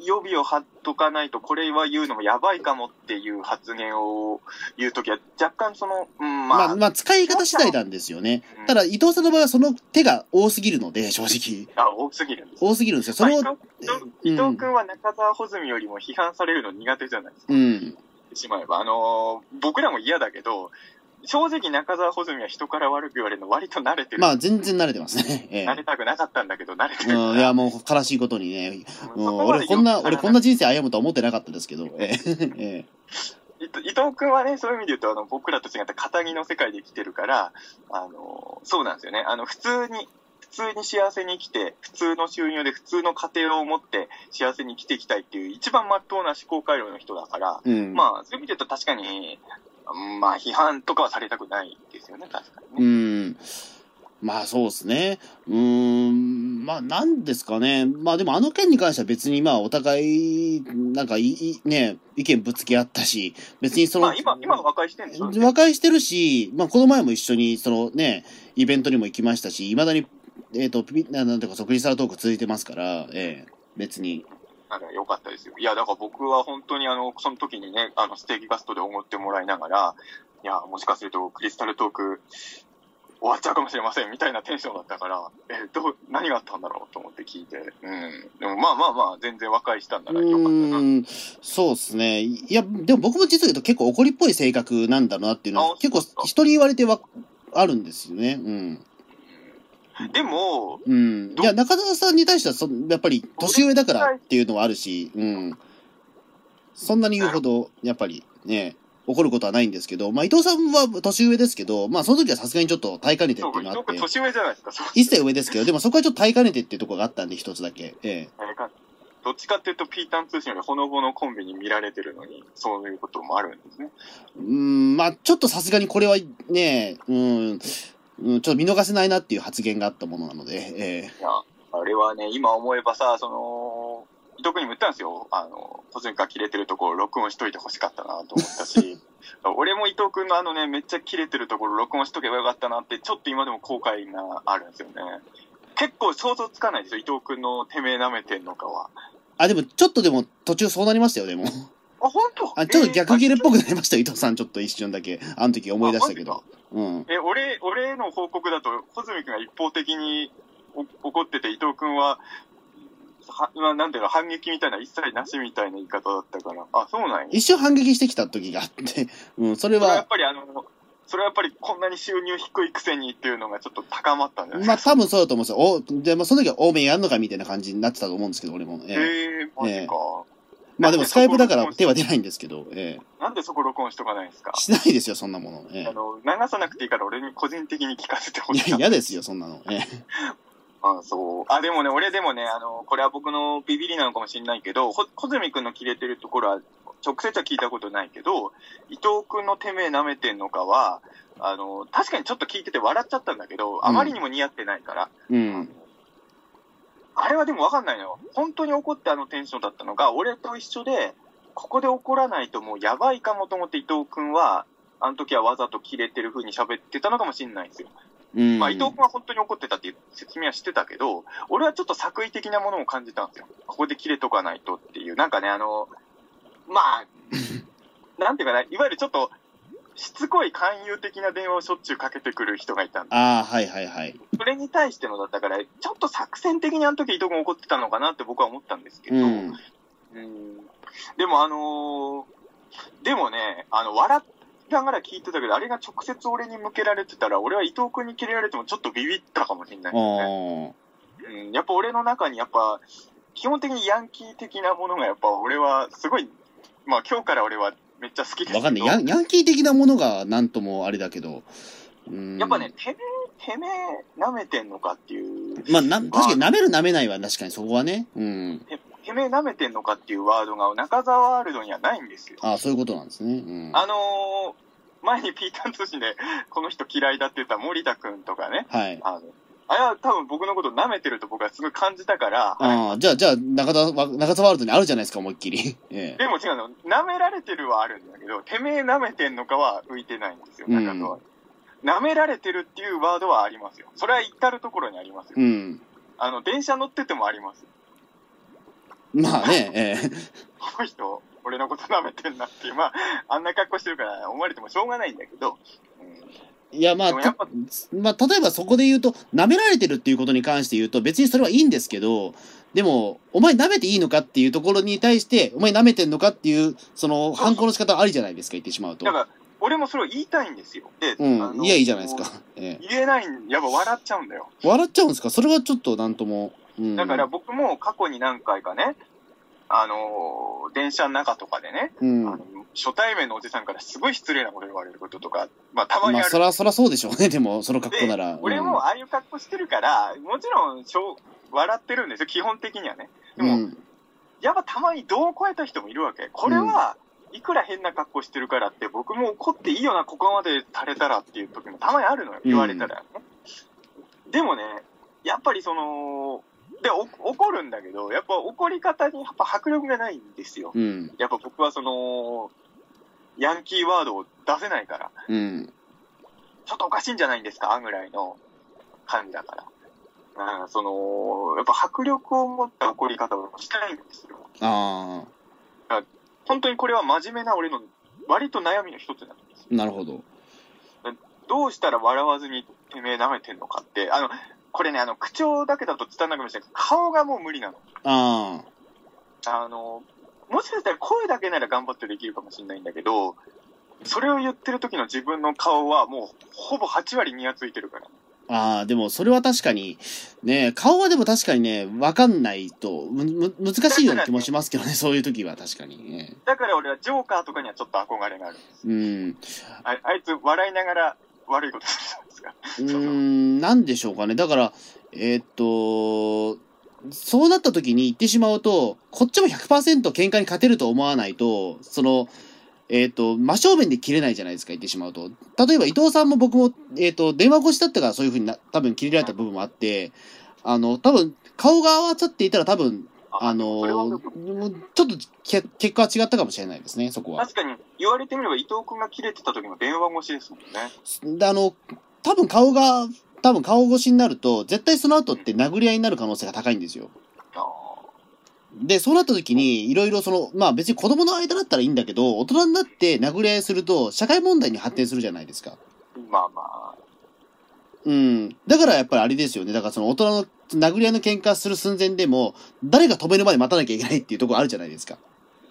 B: 予備を張っとかないと、これは言うのもやばいかもっていう発言を言うときは、若干その、うん、まあ、
A: まあ、まあ、使い方次第なんですよね。
B: うん
A: ただ、伊藤さんの場合はその手が多すぎるので、 正直。
B: あ多すぎるんです。
A: 多すぎるんですよ。それを
B: まあ、伊藤
A: え
B: 伊
A: ー
B: 藤君は中澤穂積よりも批判されるの苦手じゃないですか。
A: うん。うん。
B: 言ってしまえば、あのー僕らも嫌だけど、正直中澤穂積は人から悪く言われるの割と慣れてる。
A: まあ、全然慣れてますね。 ええ
B: 慣れたくなかったんだけど、慣れてるから。
A: うん、いや、もう、悲しいことにね。う
B: そ
A: ん、
B: こまで
A: 俺、こんな、
B: よく
A: 俺、こんな人生歩むとは思ってなかったですけど。え ええ
B: 伊藤伊藤君はね、そういう意味で言うと、あの僕らと違って、片木の世界で生きてるから、あのそうなんですよね、あの普通に、普通に幸せに生きて、普通の収入で普通の家庭を持って、幸せに生きていきたいっていう、一番真っ当な思考回路の人だから、
A: えうん。
B: まあ、そういう意味で言うと、確かに、うんまあ、批判とかはされたくないですよね、確かに
A: う
B: ね。
A: ん。まあそうですね。うーん。まあなんですかね。まあでもあの件に関しては別にまあお互い、なんかいい、ね、意見ぶつけ合ったし、別にその、
B: まあ、今、今は和解してるんでしょ
A: 和解してるし、まあ、この前も一緒に、そのね、イベントにも行きましたし、いまだに、えっ、と、ピななんていうか、即リサラトーク続いてますから、ええ別に。
B: なんか良かったですよ。いや、だから僕は本当にあの、その時にね、あの、ステーキガストで思ってもらいながら、いや、もしかするとクリスタルトーク終わっちゃうかもしれませんみたいなテンションだったから、え、どう、何があったんだろうと思って聞いて、うん。でもまあまあまあ、全然和解したんだ
A: う
B: から良かったな。
A: ーん、そうですね。いや、でも僕も実は言うと結構怒りっぽい性格なんだなっていうのは
B: あ、
A: 結構
B: そうですか
A: 人に言われては、あるんですよね。うん。
B: でも、
A: うん。いや、中澤さんに対してはそ、やっぱり、年上だからっていうのはあるし、うん。そんなに言うほど、やっぱりね、怒ることはないんですけど、まあ、伊藤さんは年上ですけど、まあ、その時はさすがにちょっと耐えかねてっ
B: そ、
A: ていうう
B: 伊
A: のがあっ
B: 藤君
A: て、
B: 年上じゃないですか、そう。
A: 一切上ですけど、でもそこはちょっと耐えかねてっていうところがあったんで、一つだけ。ええ。
B: あれかどっちかっていうと、ピータン通信よりほのぼのコンビに見られてるのに、そういうこともあるんですね。
A: うん、まあ、ちょっとさすがにこれはね、うん、うん、ちょっと見逃せないなっていう発言があったものなので、ええ。
B: いや、あれはね、今思えばさ、その、伊藤君にも言ったんですよ。あの、保存が切れてるところ録音しといてほしかったなと思った し、俺も伊藤君のあのね、めっちゃ切れてるところ録音しとけばよかったなって、ちょっと今でも後悔があるんですよね。結構想像つかないですよ、伊藤君のてめえ舐めてんのかは。
A: あ、でも、ちょっとでも途中そうなりましたよ、で も。
B: あ、本当
A: あ、ちょっと逆ギレっぽ
B: く
A: くなりましたよ、伊藤さん。ちょっと一瞬だけ。あの時思い出したけど。うん。
B: え、俺、俺への報告だと、穂積君が一方的にお怒ってて、伊藤君は、はまあ、なんていうの、反撃みたいな、一切なしみたいな言い方だったから、あ、そうなんや。
A: 一瞬反撃してきた時があって、 うん、それ
B: それはやっ
A: は、
B: ぱりあの、それはやっぱりこんなに収入低いくせにっていうのがちょっと高まったんじゃない
A: まあ多分そうだと思うんですよ。お、で、まあその時は多めにやんのかみたいな感じになってたと思うんですけど、俺も。ええ
B: へえマジか。
A: まあでもスカイプだから手は出ないんですけど、え
B: なんでそこ録音しとかないんですか
A: えしないですよ、そんなもの。え
B: あの、流さなくていいから俺に個人的に聞かせて
A: え
B: ほ
A: い
B: しいな
A: や、嫌ですよ、そんなの。ええ
B: あそう。あ、でもね、俺でもね、あの、これは僕のビビりなのかもしれないけど、ほ、小泉くんの切れてるところは、直接は聞いたことないけど、伊藤くんのてめえ舐めてんのかは、あの、確かにちょっと聞いてて笑っちゃったんだけど、あまりにも似合ってないから、
A: うん。
B: あれはでもわかんないのよ。本当に怒ってあのテンションだったのが、俺と一緒で、ここで怒らないともうやばいかもと思って伊藤くんは、あの時はわざと切れてる風に喋ってたのかもしれないんですよ。
A: うん。
B: まあ、伊藤君は本当に怒ってたっていう説明はしてたけど、俺はちょっと作為的なものを感じたんですよ。ここで切れとかないとっていう。なんかね、あの、 まあ、なんていうかね、いわゆるちょっと、しつこい勧誘的な電話をしょっちゅうかけてくる人がいたんで
A: ああ、はいはいはい。
B: それに対してのだったから、ちょっと作戦的にあの時伊藤君怒ってたのかなって僕は思ったんですけど、
A: うん。
B: うんでもあのーでもね、あの、笑いながら聞いてたけど、あれが直接俺に向けられてたら、俺は伊藤君に切れられてもちょっとビビったかもしれないですね。
A: お
B: うん、やっぱ俺の中にやっぱ、基本的にヤンキー的なものがやっぱ俺はすごい、まあ今日から俺はめっちゃ好きですけど。
A: わかんない。ヤンヤンキー的なものがなんともあれだけど。うん。
B: やっぱね、。てめえ、てめえ、舐めてんのかっていう、
A: まあ、な、確かに舐める舐めないは確かにそこはね。うん。
B: ててめえ舐めてんのかっていうワードが中澤ワールドにはないんですよ。
A: ああ、そういうことなんですね。うん。
B: あのー前にピーターン通信で、この人嫌いだって言った森田くんとかね、
A: はい。
B: あの、あれは多分僕のこと舐めてると僕はすごい感じたから、
A: ああ、じゃあ、じゃあ、中田わ、中田ワールドにあるじゃないですか、思いっきり。 ええ。
B: でも違うの、舐められてるはあるんだけど、てめえ舐めてんのかは浮いてないんですよ、
A: うん
B: 中野は。舐められてるっていうワードはありますよ。それは至るところにありますよ。
A: うん。
B: あの、電車乗っててもあります。
A: まあね、ええ。
B: この人、俺のこと舐めてんなっていう、まあ、あんな格好してるから思われてもしょうがないんだけど、うん
A: いや、まあ、
B: でもやった
A: まあ、例えばそこで言うと、舐められてるっていうことに関して言うと、別にそれはいいんですけど、でも、お前舐めていいのかっていうところに対して、お前舐めてんのかっていう、その、反抗の仕方ありじゃないですか、言ってしまうと
B: だ。から、俺もそれを言いたいんですよ。で、あ
A: うん。
B: の
A: いや、いいじゃないですか。。え
B: 言えないん、やっぱ笑っちゃうんだよ。
A: え。笑っちゃうんですかそれはちょっと、なんとも。うん。
B: だから、僕も過去に何回かね、あのー電車の中とかでね、
A: うん。
B: あの初対面のおじさんからすごい失礼なこと言われることとか、まあ、たまに
A: ま
B: あ
A: あ、
B: る。
A: そら、そらそうでしょうね、でも、その格好なら。
B: 俺もああいう格好してるから、もちろんしょう笑ってるんですよ、基本的にはね。で
A: うん、
B: も、
A: うん。
B: やっぱたまに度を超えた人もいるわけ。これは、いくら変な格好してるからって、僕も怒っていいよな、ここまでされたらっていう時もたまにあるのよ、言われたらね。でもね、やっぱりその、で、お怒るんだけど、やっぱ怒り方にやっぱ迫力がないんですよ。
A: うん。
B: やっぱ僕はその、ヤンキーワードを出せないから、
A: うん。
B: ちょっとおかしいんじゃないんですかぐらいの感じだから。うん、その、やっぱ迫力を持った怒り方をしたいんですよ。
A: あ
B: 本当にこれは真面目な俺の割と悩みの一つなんですよ。
A: あ、なるほど。
B: どうしたら笑わずにてめえ舐めてんのかって、あの、これね、あの、口調だけだと伝わらないかもしれないけど、顔がもう無理なの。
A: ああ、
B: あの、もしかしたら声だけなら頑張ってできるかもしれないんだけど、それを言ってる時の自分の顔はもうほぼ8割にやついてるから。
A: ああ、でもそれは確かに、ね顔はでも確かにね、わかんないと、む、む、難しいような気もしますけどね、そういう時は確かに、ね。
B: だから俺はジョーカーとかにはちょっと憧れがあるんです。
A: うん。う
B: ああいつ笑いながら悪いことするじゃないですか。
A: ーん、なんでしょうかね。だから、えーっと、そうなった時に言ってしまうと、こっちも100%喧嘩に勝てると思わないと、その、えーっと、真正面で切れないじゃないですか、言ってしまうと。例えば伊藤さんも僕も、えーっと、電話越しだったからそういうふうにな、多分切れられた部分もあって、あの、多分、顔が合わさっていたら多分、あの
B: それは
A: も
B: よ
A: う
B: く
A: ちょっとけ結果は違ったかもしれないですね、そこは。
B: 確かに、言われてみれば伊藤君が切れてた時の電話越しですもんね。
A: で、あの、多分顔が、多分顔越しになると、絶対その後って殴り合いになる可能性が高いんですよ。
B: ああ。
A: で、そうなった時に、いろいろその、まあ別に子供の間だったらいいんだけど、大人になって殴り合いすると、社会問題に発展するじゃないですか。
B: まあま
A: うん。だからやっぱりあれですよね。だからその大人の殴り合いの喧嘩する寸前でも、誰が止めるまで待たなきゃいけないっていうところあるじゃないですか。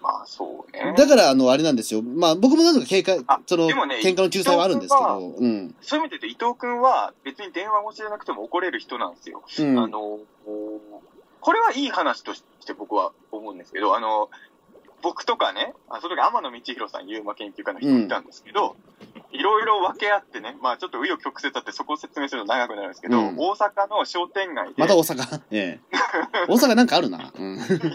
B: あ、まあそうね。
A: だから、あの、あれなんですよ。まあ僕もなんとか喧嘩
B: あ、
A: その、
B: でもね
A: 喧嘩の仲裁はあるんですけ
B: 伊
A: ど、うん。
B: そういう意味で言うと伊藤君は別に電話越しじゃなくても怒れる人なんですよ。
A: うん
B: あの、これはいい話として僕は思うんですけど、あの、僕とかね、あその時天野道弘さん、ユーマ研究家の人いたんですけど、いろいろ分け合ってね、まあちょっと紆余曲折あってそこを説明すると長くなるんですけど、
A: うん
B: 大阪の商店街で、
A: また大阪 ええ。大阪なんかあるな。うん。
B: 大阪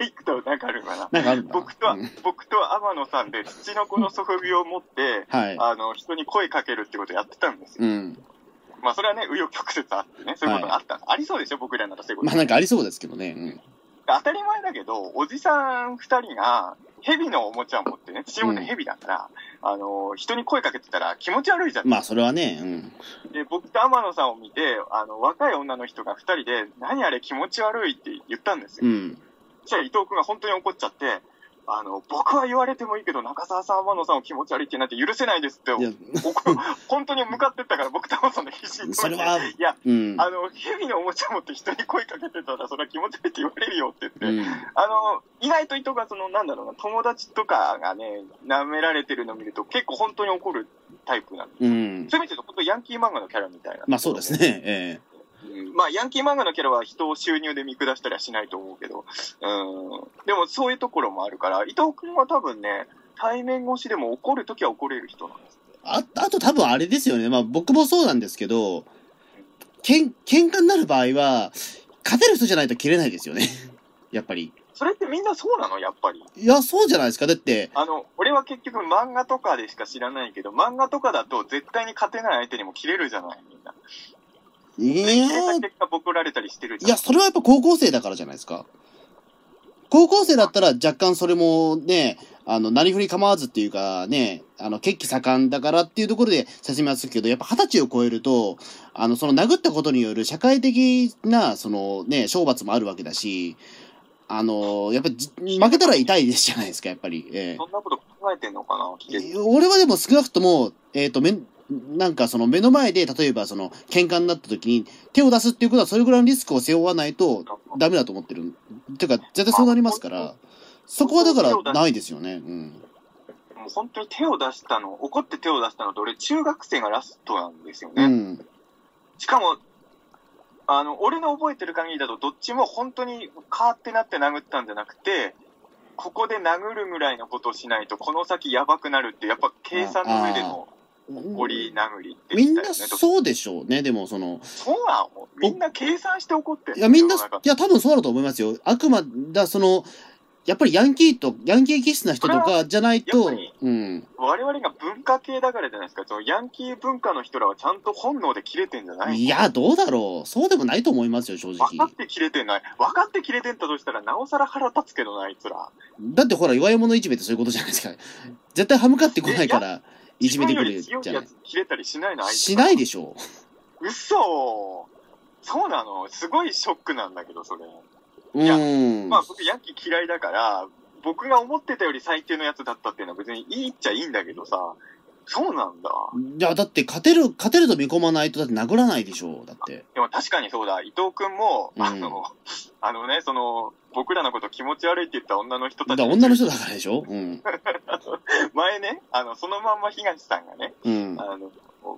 B: 行くとなんかあるかな。
A: なんかあるな。
B: 僕とは
A: うん、
B: 僕と天野さんで、土の子の祖父母を持って、
A: はい。
B: あの、人に声かけるってことやってたんです
A: う
B: よ。
A: ん。
B: まあ、それはね、紆余曲折あってね、そういうことがあった、ありそうでしょ、僕らならそういうこと。
A: まあなんかありそうですけどね。うん。
B: 当たり前だけど、おじさん二人が、蛇のおもちゃを持ってね、土の持って蛇だから、あの、人に声かけてたら気持ち悪いじゃん。
A: まあそれはね、うん。
B: で、僕と天野さんを見て、あの、若い女の人が二人で、何あれ気持ち悪いって言ったんですよ。
A: うん。
B: そしたら伊藤君が本当に怒っちゃって、あの、僕は言われてもいいけど、中澤さん、天野さんを気持ち悪いってなんて許せないですって、
A: いや、
B: 怒 本当に向かってったから、僕と天野さんで必死に止めて
A: それは、
B: いや、
A: うん。
B: あの、蛇のおもちゃ持って人に声かけてたら、それは気持ち悪いって言われるよって言って、
A: うん。
B: あの、意外と伊藤が、その、なんだろうな、友達とかがね、舐められてるの見ると、結構本当に怒るタイプなの。
A: うん。
B: そういう意味で言うと、本当ヤンキー漫画のキャラみたいな。
A: まあそうです。ね。え
B: うん、まあ、ヤンキー漫画のキャラは人を収入で見下したりはしないと思うけど、うん。でも、そういうところもあるから、伊藤君は多分ね、対面越しでも怒るときは怒れる人なんです。
A: え。あ、あと多分あれですよね。まあ僕もそうなんですけど、けん、喧嘩になる場合は、勝てる人じゃないと切れないですよね。やっぱり。
B: それってみんなそうなのやっぱり。
A: いや、そうじゃないですか。だって、
B: あの、俺は結局漫画とかでしか知らないけど、漫画とかだと絶対に勝てない相手にも切れるじゃないみんな。
A: いや
B: 切れ
A: ー
B: た結果ボコられたりしてるじゃ
A: い
B: ん。
A: や、それはやっぱ高校生だからじゃないですか。高校生だったら若干それもね、あの、なりふり構わずっていうかね、あの、血気盛んだからっていうところで説明はするけど、やっぱ二十歳を超えると、あの、その殴ったことによる社会的な、そのね、懲罰もあるわけだし、あの、やっぱじ負けたら痛いですじゃないですか、やっぱり。ええ
B: そんなこと考えてんのかな聞ける。
A: 俺はでも少なくとも、えっ、と、めん、なんかその目の前で、例えばその喧嘩になった時に手を出すっていうことはそれぐらいのリスクを背負わないとダメだと思ってる。てか、絶対そうなりますから、そこはだからないですよね。うん。
B: もう本当に手を出したの、怒って手を出したのって俺中学生がラストなんですよね。
A: うん。
B: しかも、あの、俺の覚えてる限りだとどっちも本当にカーってなって殴ったんじゃなくて、ここで殴るぐらいのことをしないとこの先やばくなるって、やっぱ計算の上での怒り殴りって
A: みん
B: 言った
A: な
B: よね。
A: そうでしょうね。でもその、
B: そうなのみんな計算して怒ってる
A: いや、みんな、い
B: 世の中
A: や、多分そうだと思いますよ。あくまだその、やっぱりヤンキーと、ヤンキー気質な人とかじゃない
B: やっ
A: と
B: ぱり、
A: うん。
B: 我々が文化系だからじゃないですか。そのヤンキー文化の人らはちゃんと本能で切れてんじゃない
A: いや、どうだろう。そうでもないと思いますよ、正直。
B: 分かって切れてない。分かって切れてんだとしたら、なおさら腹立つけどな、あいつら。
A: だってほら、弱い者いじめってそういうことじゃないですか。絶対歯向かってこないから、いじめてく
B: 自分よ
A: る
B: り
A: じゃ
B: 強い
A: な
B: や
A: い
B: つ。切れたりしないの、あいつ
A: し
B: ら
A: ないでしょ
B: 嘘そうなのすごいショックなんだけど、それ。
A: う。うーん。
B: まあ、僕、ヤンキー嫌いだから、僕が思ってたより最低のやつだったっていうのは別にいいっちゃいいんだけどさ、そうなんだ。
A: いや、だって勝てる、勝てると見込まないと、だって殴らないでしょう。だって。
B: でも確かにそうだ、伊藤君も、
A: うん
B: あの、 あのね、その、僕らのこと気持ち悪いって言った女の人
A: だか
B: たち
A: ら女の人だからでしょうん。
B: 前ね、あの、そのまんま東さんがね、
A: うん。
B: あの、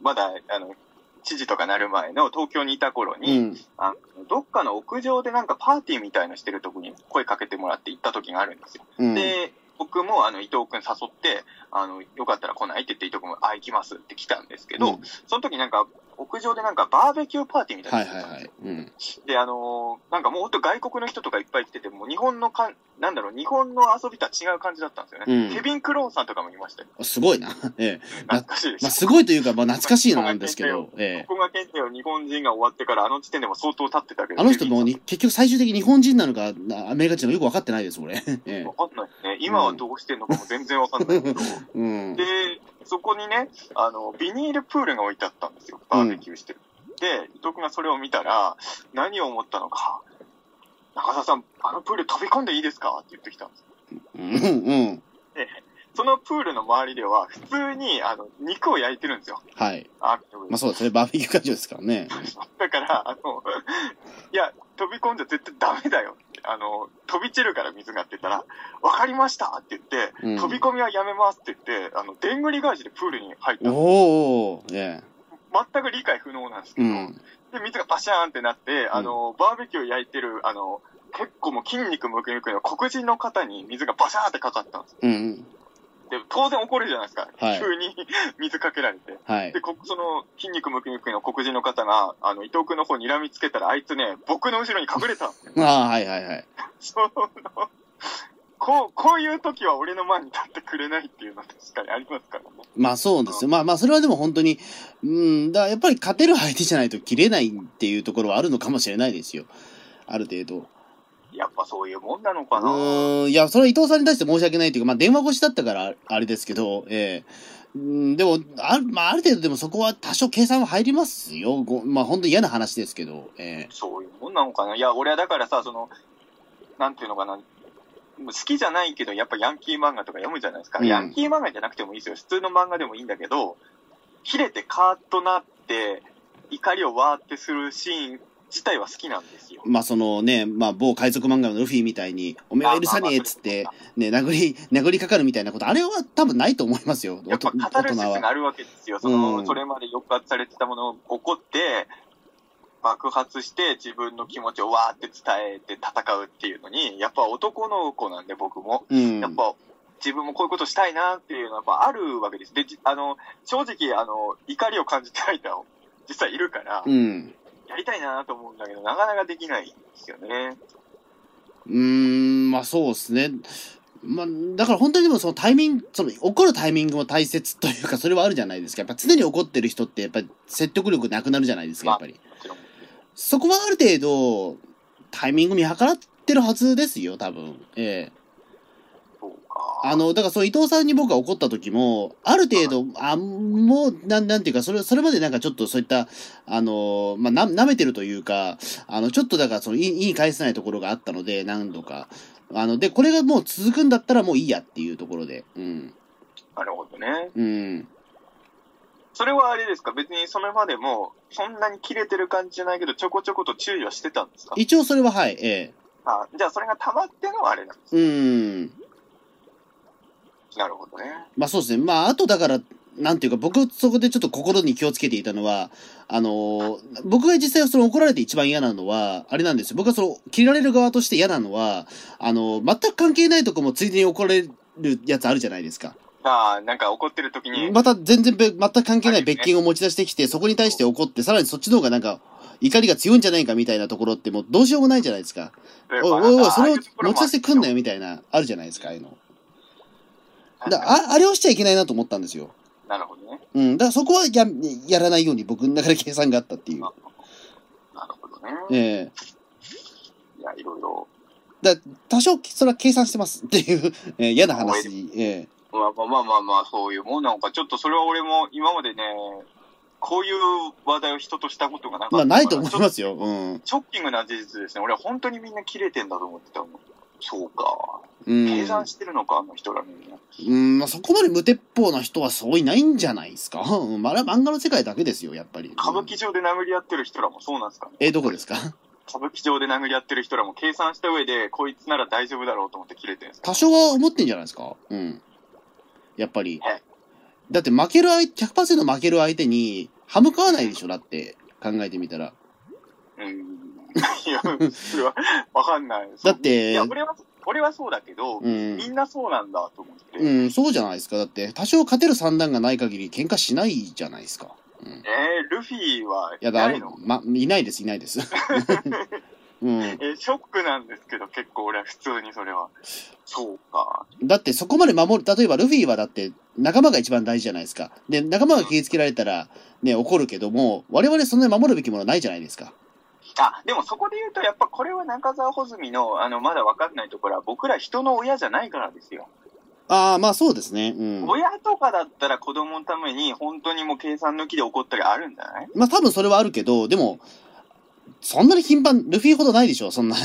B: まだ、あの、知事とかなる前の東京にいた頃
A: う
B: に、
A: ん。
B: あのどっかの屋上でなんかパーティーみたいのしてるとこに声かけてもらって行った時があるんですよ。
A: うん。
B: で、僕もあの伊藤君誘って、あの、よかったら来ないって言って伊藤君も、あ、行きますって来たんですけど、
A: うん
B: その時なんか屋上でなんかバーベキューパーティーみたいな
A: は
B: の
A: い
B: して
A: はい
B: たんですよ
A: はい。うん。
B: で、あのーなんかもう本当外国の人とかいっぱい来てて、もう日本のかん、なんだろう、日本の遊びとは違う感じだったんですよね。
A: うん
B: ケビン・クローンさんとかもいましたよ。
A: すごいな。 ええ。
B: 懐かしいで
A: まあ、
B: す。
A: すごいというか、まあ、懐かしいのなんですけど、ええ。
B: ここが現地の日本人が終わってから、あの時点でも相当経ってたけど。
A: あの人も
B: ケビン
A: に結局最終的に日本人なのか、なアメリカ人なのかよく分かってないです、俺。 ええ
B: さん。わかんないですね。今はどうしてんのかも全然わかんないけど。
A: うん。
B: で、そこにね、あの、ビニールプールが置いてあったんですよ。バーベキューしてる。で、伊藤君がそれを見たら、何を思ったのか、中澤さん、あのプール飛び込んでいいですかって言ってきたんですよ
A: うん。うん。
B: そのプールの周りでは、普通にあの肉を焼いてるんですよ。
A: はい。
B: あ
A: まあ、そうですね。バーベキュー会場ですからね。
B: だから、あの、いや、飛び込んじゃ絶対ダメだよって。あの、飛び散るから水がって言ったら、わかりましたって言って、
A: うん
B: 飛び込みはやめますって言って、あの、でんぐり返しでプールに入ったの。
A: おー、え
B: 全く理解不能なんです
A: え。
B: け
A: う
B: ど、
A: ん。
B: で、水がパシャーンってなって、あの、バーベキュー焼いてる、あの、結構もう筋肉むくむくの黒人の方に水がバシャーンってかかったんですよ。
A: うん。
B: で、当然怒るじゃないですか。
A: はい
B: 急に 水かけられて。
A: はい
B: で、。こ その筋肉むくむくの黒人の方が、あの、伊藤君の方に睨みつけたら、あいつね、僕の後ろに隠れたん ですよ。
A: ああ、はいはいはい。
B: その、こう、こういう時は俺の前に立ってくれないっていうのは確かにありますからね。
A: まあそうですよ。まあまあ、それはでも本当に、うん、だからやっぱり勝てる相手じゃないと切れないっていうところはあるのかもしれないですよ。ある程度。
B: やっぱそういうもんなのか
A: う
B: な
A: ーん、いや、それは伊藤さんに対して申し訳ないというか、まあ電話越しだったからあれですけど、ええうん、でも、ある、まあある程度でもそこは多少計算は入りますよ。ごまあ本当に嫌な話ですけど、ええ
B: そういうもんなのかないや、俺はだからさ、その、なんていうのかな、好きじゃないけど、やっぱヤンキー漫画とか読むじゃないですか。
A: うん
B: ヤンキー漫画じゃなくてもいいですよ。普通の漫画でもいいんだけど、切れてカーッとなって、怒りをわーってするシーン自体は好きなんですよ。
A: まあそのね、まあ某海賊漫画のルフィみたいに、おめえは許さねえっつって、ね、殴り、殴りかかるみたいなこと、あれは多分ないと思いますよ。
B: やっぱ
A: おと
B: カタルシスがあるわけですよ。その、
A: うん
B: それまで抑圧されてたものを怒って、爆発して自分の気持ちをわーって伝えて戦うっていうのに、やっぱ男の子なんで僕も。
A: うん。
B: やっぱ自分もこういうことしたいなっていうのはやっぱあるわけです。で、じあの、正直、あの、怒りを感じてる間を実際いるから
A: う、ん。
B: やりたいなと思うんだけど、なかなかできないんですよね。
A: うーん、まあそうですね。まあ、だから本当にでもそのタイミング、その怒るタイミングも大切というか、それはあるじゃないですか。やっぱ常に怒ってる人って、やっぱり説得力なくなるじゃないですか、やっぱり。
B: もちろん。
A: そこはある程度、タイミング見計らってるはずですよ、多分。ええ
B: そうか。
A: あの、だからその伊藤さんに僕が怒った時も、ある程度、あ、もう、なん、なんていうか、それ、それまでなんかちょっとそういった、あの、まあ、な、舐めてるというか、あの、ちょっとだからその、いい、いい返せないところがあったので、何度か。あの、で、これがもう続くんだったらもういいやっていうところで。うん。
B: なるほどね。
A: うん。
B: それはあれですか別にそれまでも、そんなに切れてる感じじゃないけど、ちょこちょこと注意はしてたんですか
A: 一応それははい、え
B: あじゃあそれが溜まってのはあれなんです
A: え。うん。
B: なるほどね。
A: まあそうですね。まああとだから、なんていうか、僕そこでちょっと心に気をつけていたのは、あのー僕が実際その怒られて一番嫌なのは、あれなんですよ。僕がその、切られる側として嫌なのは、あのー全く関係ないとこもついでに怒られるやつあるじゃないですか。
B: ああ、なんか怒ってる時に、
A: また全然べ、全く関係な
B: あ
A: い
B: りますね
A: 別件を持ち出してきて、そこに対して怒って、さらにそっちの方がなんか、怒りが強いんじゃないかみたいなところってもうどうしようもないじゃないですか。
B: 例えば
A: おい
B: な
A: おい
B: ん
A: おい、
B: か
A: そ
B: ああ
A: れ
B: い
A: を
B: う
A: 持
B: ところも
A: ち
B: あ
A: 出して
B: る
A: くんなよみたいな、あるじゃないですか、ああいうの。だ
B: な
A: あ、あれをしちゃいけないなと思ったんですよ。
B: なるほどね。
A: うん、だからそこはややらないように僕の中で計算があったっていう
B: あ。なるほどね。
A: ええ
B: いや、いろいろ。
A: だ多少、それは計算してますっていう、えー嫌な話。ええ
B: まあまあまあまあまあ、そういうもんなんか、ちょっとそれは俺も今までね、こういう話題を人としたことがなかった
A: まあ、
B: から。
A: ないと思いま
B: ち
A: すよ。うん。
B: ょっとショッキングな事実ですね。俺は本当にみんな切れてんだと思ってたもん。そうか。
A: うん。
B: 計算してるのか、あの人らみんな。
A: うん、まあ、そこまで無鉄砲な人はそういないんじゃないですか。うん。まあ、あれは漫画の世界だけですよ、やっぱり。
B: 歌舞伎町で殴り合ってる人らもそうなんですかね。
A: えーどこですか
B: 歌舞伎町で殴り合ってる人らも計算した上で、こいつなら大丈夫だろうと思って切れてるんですか
A: 多少は思ってんじゃないですか。うん。やっぱり
B: はい。
A: だって負ける相手、100%負ける相手に歯向かわないでしょ、だって。考えてみたら。
B: うーん。いや、それは、わかんない。
A: だって
B: いや、俺は、俺はそうだけど、
A: うん。
B: みんなそうなんだと思って。
A: うん、そうじゃないですか。だって、多少勝てる算段がない限り、喧嘩しないじゃないですか。
B: えー、ルフィはい
A: や、
B: な
A: だ
B: い
A: い
B: の
A: ま、いないです、いないです。 うん、
B: えーショックなんですけど、結構俺は普通に それは。そうか。
A: だってそこまで守る、例えばルフィはだって仲間が一番大事じゃないですか。で、仲間が傷つけられたらね、怒るけども、我々そんなに守るべきものはないじゃないですか。
B: あ、でもそこで言うと、やっぱこれは中澤穂積の、あの、まだ分かんないところは、僕ら人の親じゃないからですよ。
A: ああ、まあそうですね。うん。
B: 親とかだったら子供のために、本当にもう計算抜きで怒ったりあるんじゃない
A: まあ多分それはあるけど、でも、そんなに頻繁、ルフィほどないでしょ、そんな。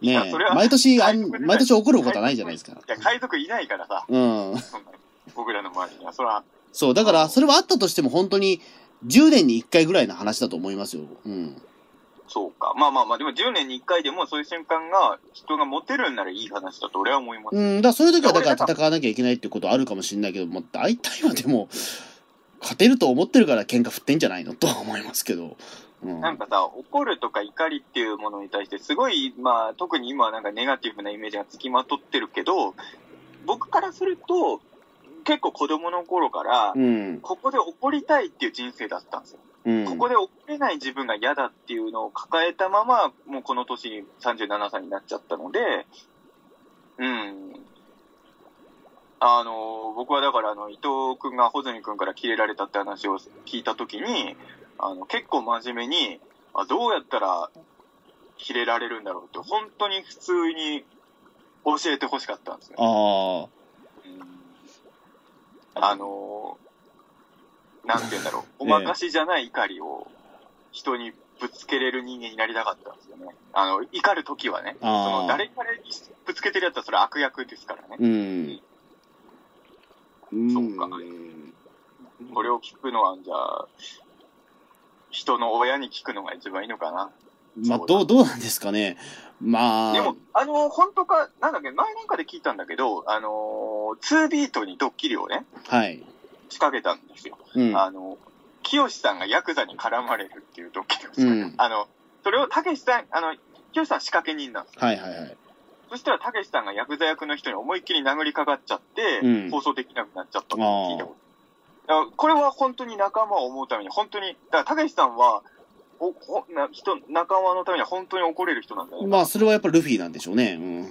A: ね
B: やそれは
A: 毎年あん
B: 外国でない
A: 毎年怒ることはないじゃないですか。
B: いや、海賊いないからさ、
A: うん。
B: そんな僕らの周りには。そら、
A: そう、だから、それはあったとしても本当に、10年に1回ぐらいの話だと思いますよ。うん。
B: そうか。まあまあまあ、でも10年に1回でもそういう瞬間が、人がモテるんならいい話だと俺は思います。
A: うん、だからそういう時は、だから戦わなきゃいけないってことはあるかもしれないけど、もう大体はでも、勝てると思ってるから喧嘩振ってんじゃないのとは思いますけど。うん。
B: なんかさ、怒るとか怒りっていうものに対して、すごい、まあ、特に今はなんかネガティブなイメージがつきまとってるけど、僕からすると、結構子供の頃から、
A: うん。
B: ここで怒りたいっていう人生だったんですよ。
A: うん。
B: ここで怒れない自分が嫌だっていうのを抱えたまま、もうこの年に37歳になっちゃったので、うん。あの、僕はだから、あの、伊藤君が穂積君からキレられたって話を聞いたときに、あの、結構真面目に、あどうやったらキレられるんだろうって、本当に普通に教えてほしかったんですよ。
A: ああ。
B: あのー、なんて言うんだろう、おまかしじゃない怒りを人にぶつけれる人間になりたかったんですよね。あの、怒るときはね、そ
A: あー
B: の誰かにぶつけてるやつはそれは悪役ですからね。
A: うん。うん
B: そうかこれを聞くのは、じゃあ、人の親に聞くのが一番いいのかな。
A: まあ、どう、どうなんですかね。まあ。
B: でも、あのー、本当か、なんだっけ、前なんかで聞いたんだけど、あのー、2ビートにドッキリをね、
A: はい。
B: 仕掛けたんですよ。
A: うん。
B: あの、清さんがヤクザに絡まれるっていうドッキリを仕
A: う
B: 掛け
A: ん。
B: あの、それをたけしさん、あの、清さん仕掛け人なんですよ。
A: はいはいはい。
B: そしたらたけしさんがヤクザ役の人に思いっきり殴りかかっちゃって、
A: うん
B: 放送できなくなっちゃったって聞いたことだからこれは本当に仲間を思うために、本当に、だからたけしさんは、おほな人仲間のためには本当に怒れる人なんだよ、ね。
A: まあ、それはやっぱルフィなんでしょうね。うん。
B: だ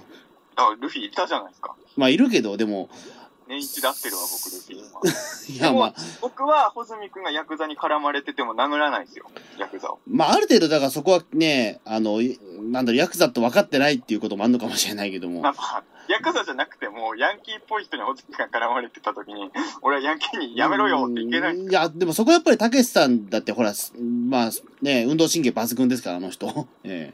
B: からルフィいたじゃないですか。
A: まあ、いるけど、でも、
B: 年一で会ってるわ、僕、ルフィは。
A: いや、まあ、
B: 僕は、穂積君がヤクザに絡まれてても殴らないですよ、ヤクザを。
A: まあ、ある程度、だからそこはね、あの、いなんだろう、ヤクザと分かってないっていうこともあるのかもしれないけども
B: ま。あまあ、ヤクザじゃなくても、ヤンキーっぽい人におじいが絡まれてた時に、俺はヤンキーにやめろよっていけない。
A: うんいや、でもそこはやっぱりたけしさんだって、ほら、すまあ、ね、運動神経抜群ですから、あの人。 え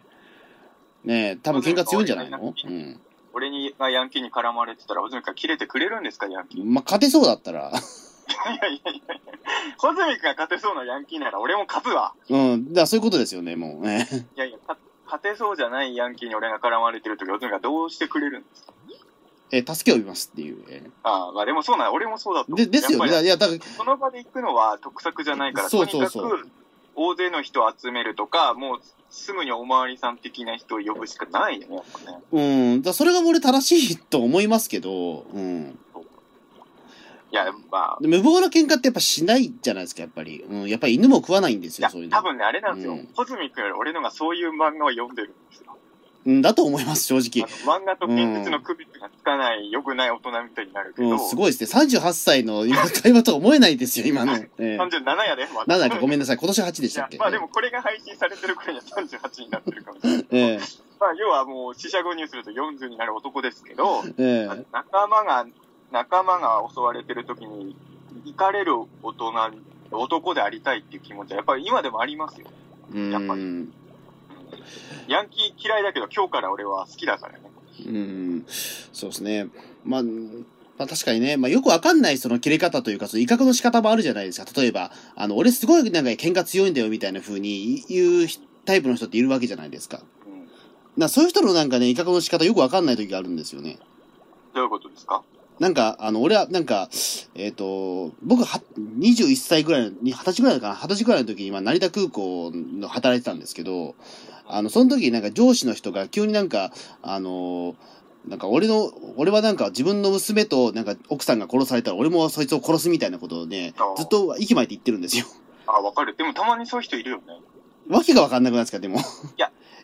A: え。ねえ、多分喧嘩強いんじゃないのうん。
B: 俺にがヤンキーに絡まれてたら、ホズミ君が切れてくれるんですか、ヤンキー。い
A: まあ、勝てそうだったら。
B: やいやいやいや。ホズミ君が勝てそうなヤンキーなら俺も勝つわ。
A: うん。だからそういうことですよね、もう。ね
B: いやいや、勝勝てそうじゃないヤンキーに俺が絡まれてる時、ホズミ君がどうしてくれるんですか。
A: え、助けを呼びますっていう。え
B: ああ、まあでもそうなん、俺もそうだと
A: え
B: 思
A: で、
B: う
A: ですよね。
B: やっぱ
A: いや、だから
B: りその場で行くのは得策じゃないから、
A: そ
B: と
A: う
B: に
A: そう
B: か
A: そう
B: く、大勢の人を集めるとか、もうすぐにおまわりさん的な人を呼ぶしかないよね、やっぱね。
A: うん、だそれが俺正しいと思いますけど、うん。
B: いや、まあ、
A: で無謀な喧嘩ってやっぱしないじゃないですか、やっぱり。うん、やっぱり犬も食わないんです
B: い
A: よ、
B: や
A: そういう、の。
B: 多分ね、あれなんです
A: う
B: よ
A: ん。
B: 穂積君より俺のがそういう漫画を読んでるんですよ。
A: うん、だと思います、正直。
B: あの漫画と現実の区別がつかない、良くない大人みたいになるけ
A: う
B: ど、
A: ん、すごいですね。38歳の今会話とは思えないですよ、今の。ええ
B: 37やで、ま
A: なんだっけ、ごめんなさい。今年8でしたっ
B: い
A: け
B: やまあでもこれが配信されてる頃には38になってるかもしれない。
A: ええ
B: まあ要はもう四捨五入すると40になる男ですけど、
A: ええ
B: 仲間が、仲間が襲われてる時に、行かれる大人、男でありたいっていう気持ちはやっぱり今でもありますよ。
A: うん
B: やっぱりヤンキー嫌いだけど今日から俺は好きだからね。
A: うん。そうですね。まあ、まあ確かにね、まあよくわかんないその切れ方というか、その威嚇の仕方もあるじゃないですか。例えば、あの、俺すごいなんか喧嘩強いんだよみたいな風に言うタイプの人っているわけじゃないですか。
B: うん。
A: なそういう人のなんかね、威嚇の仕方よくわかんない時があるんですよね。
B: どういうことですか
A: なんか、あの、俺は、なんか、えっ、と、僕は、21歳ぐらいの、に20歳ぐらいかな、20歳ぐらいの時に、まあ、成田空港の働いてたんですけど、あの、その時になんか上司の人が急になんか、あの、なんか俺の、俺はなんか自分の娘となんか奥さんが殺されたら俺もそいつを殺すみたいなことをね
B: あ、ー
A: ずっと息巻いて言ってるんですよ。
B: ああ、わかる。でもたまにそういう人いるよね。
A: わけがわかんなくないですか、でも。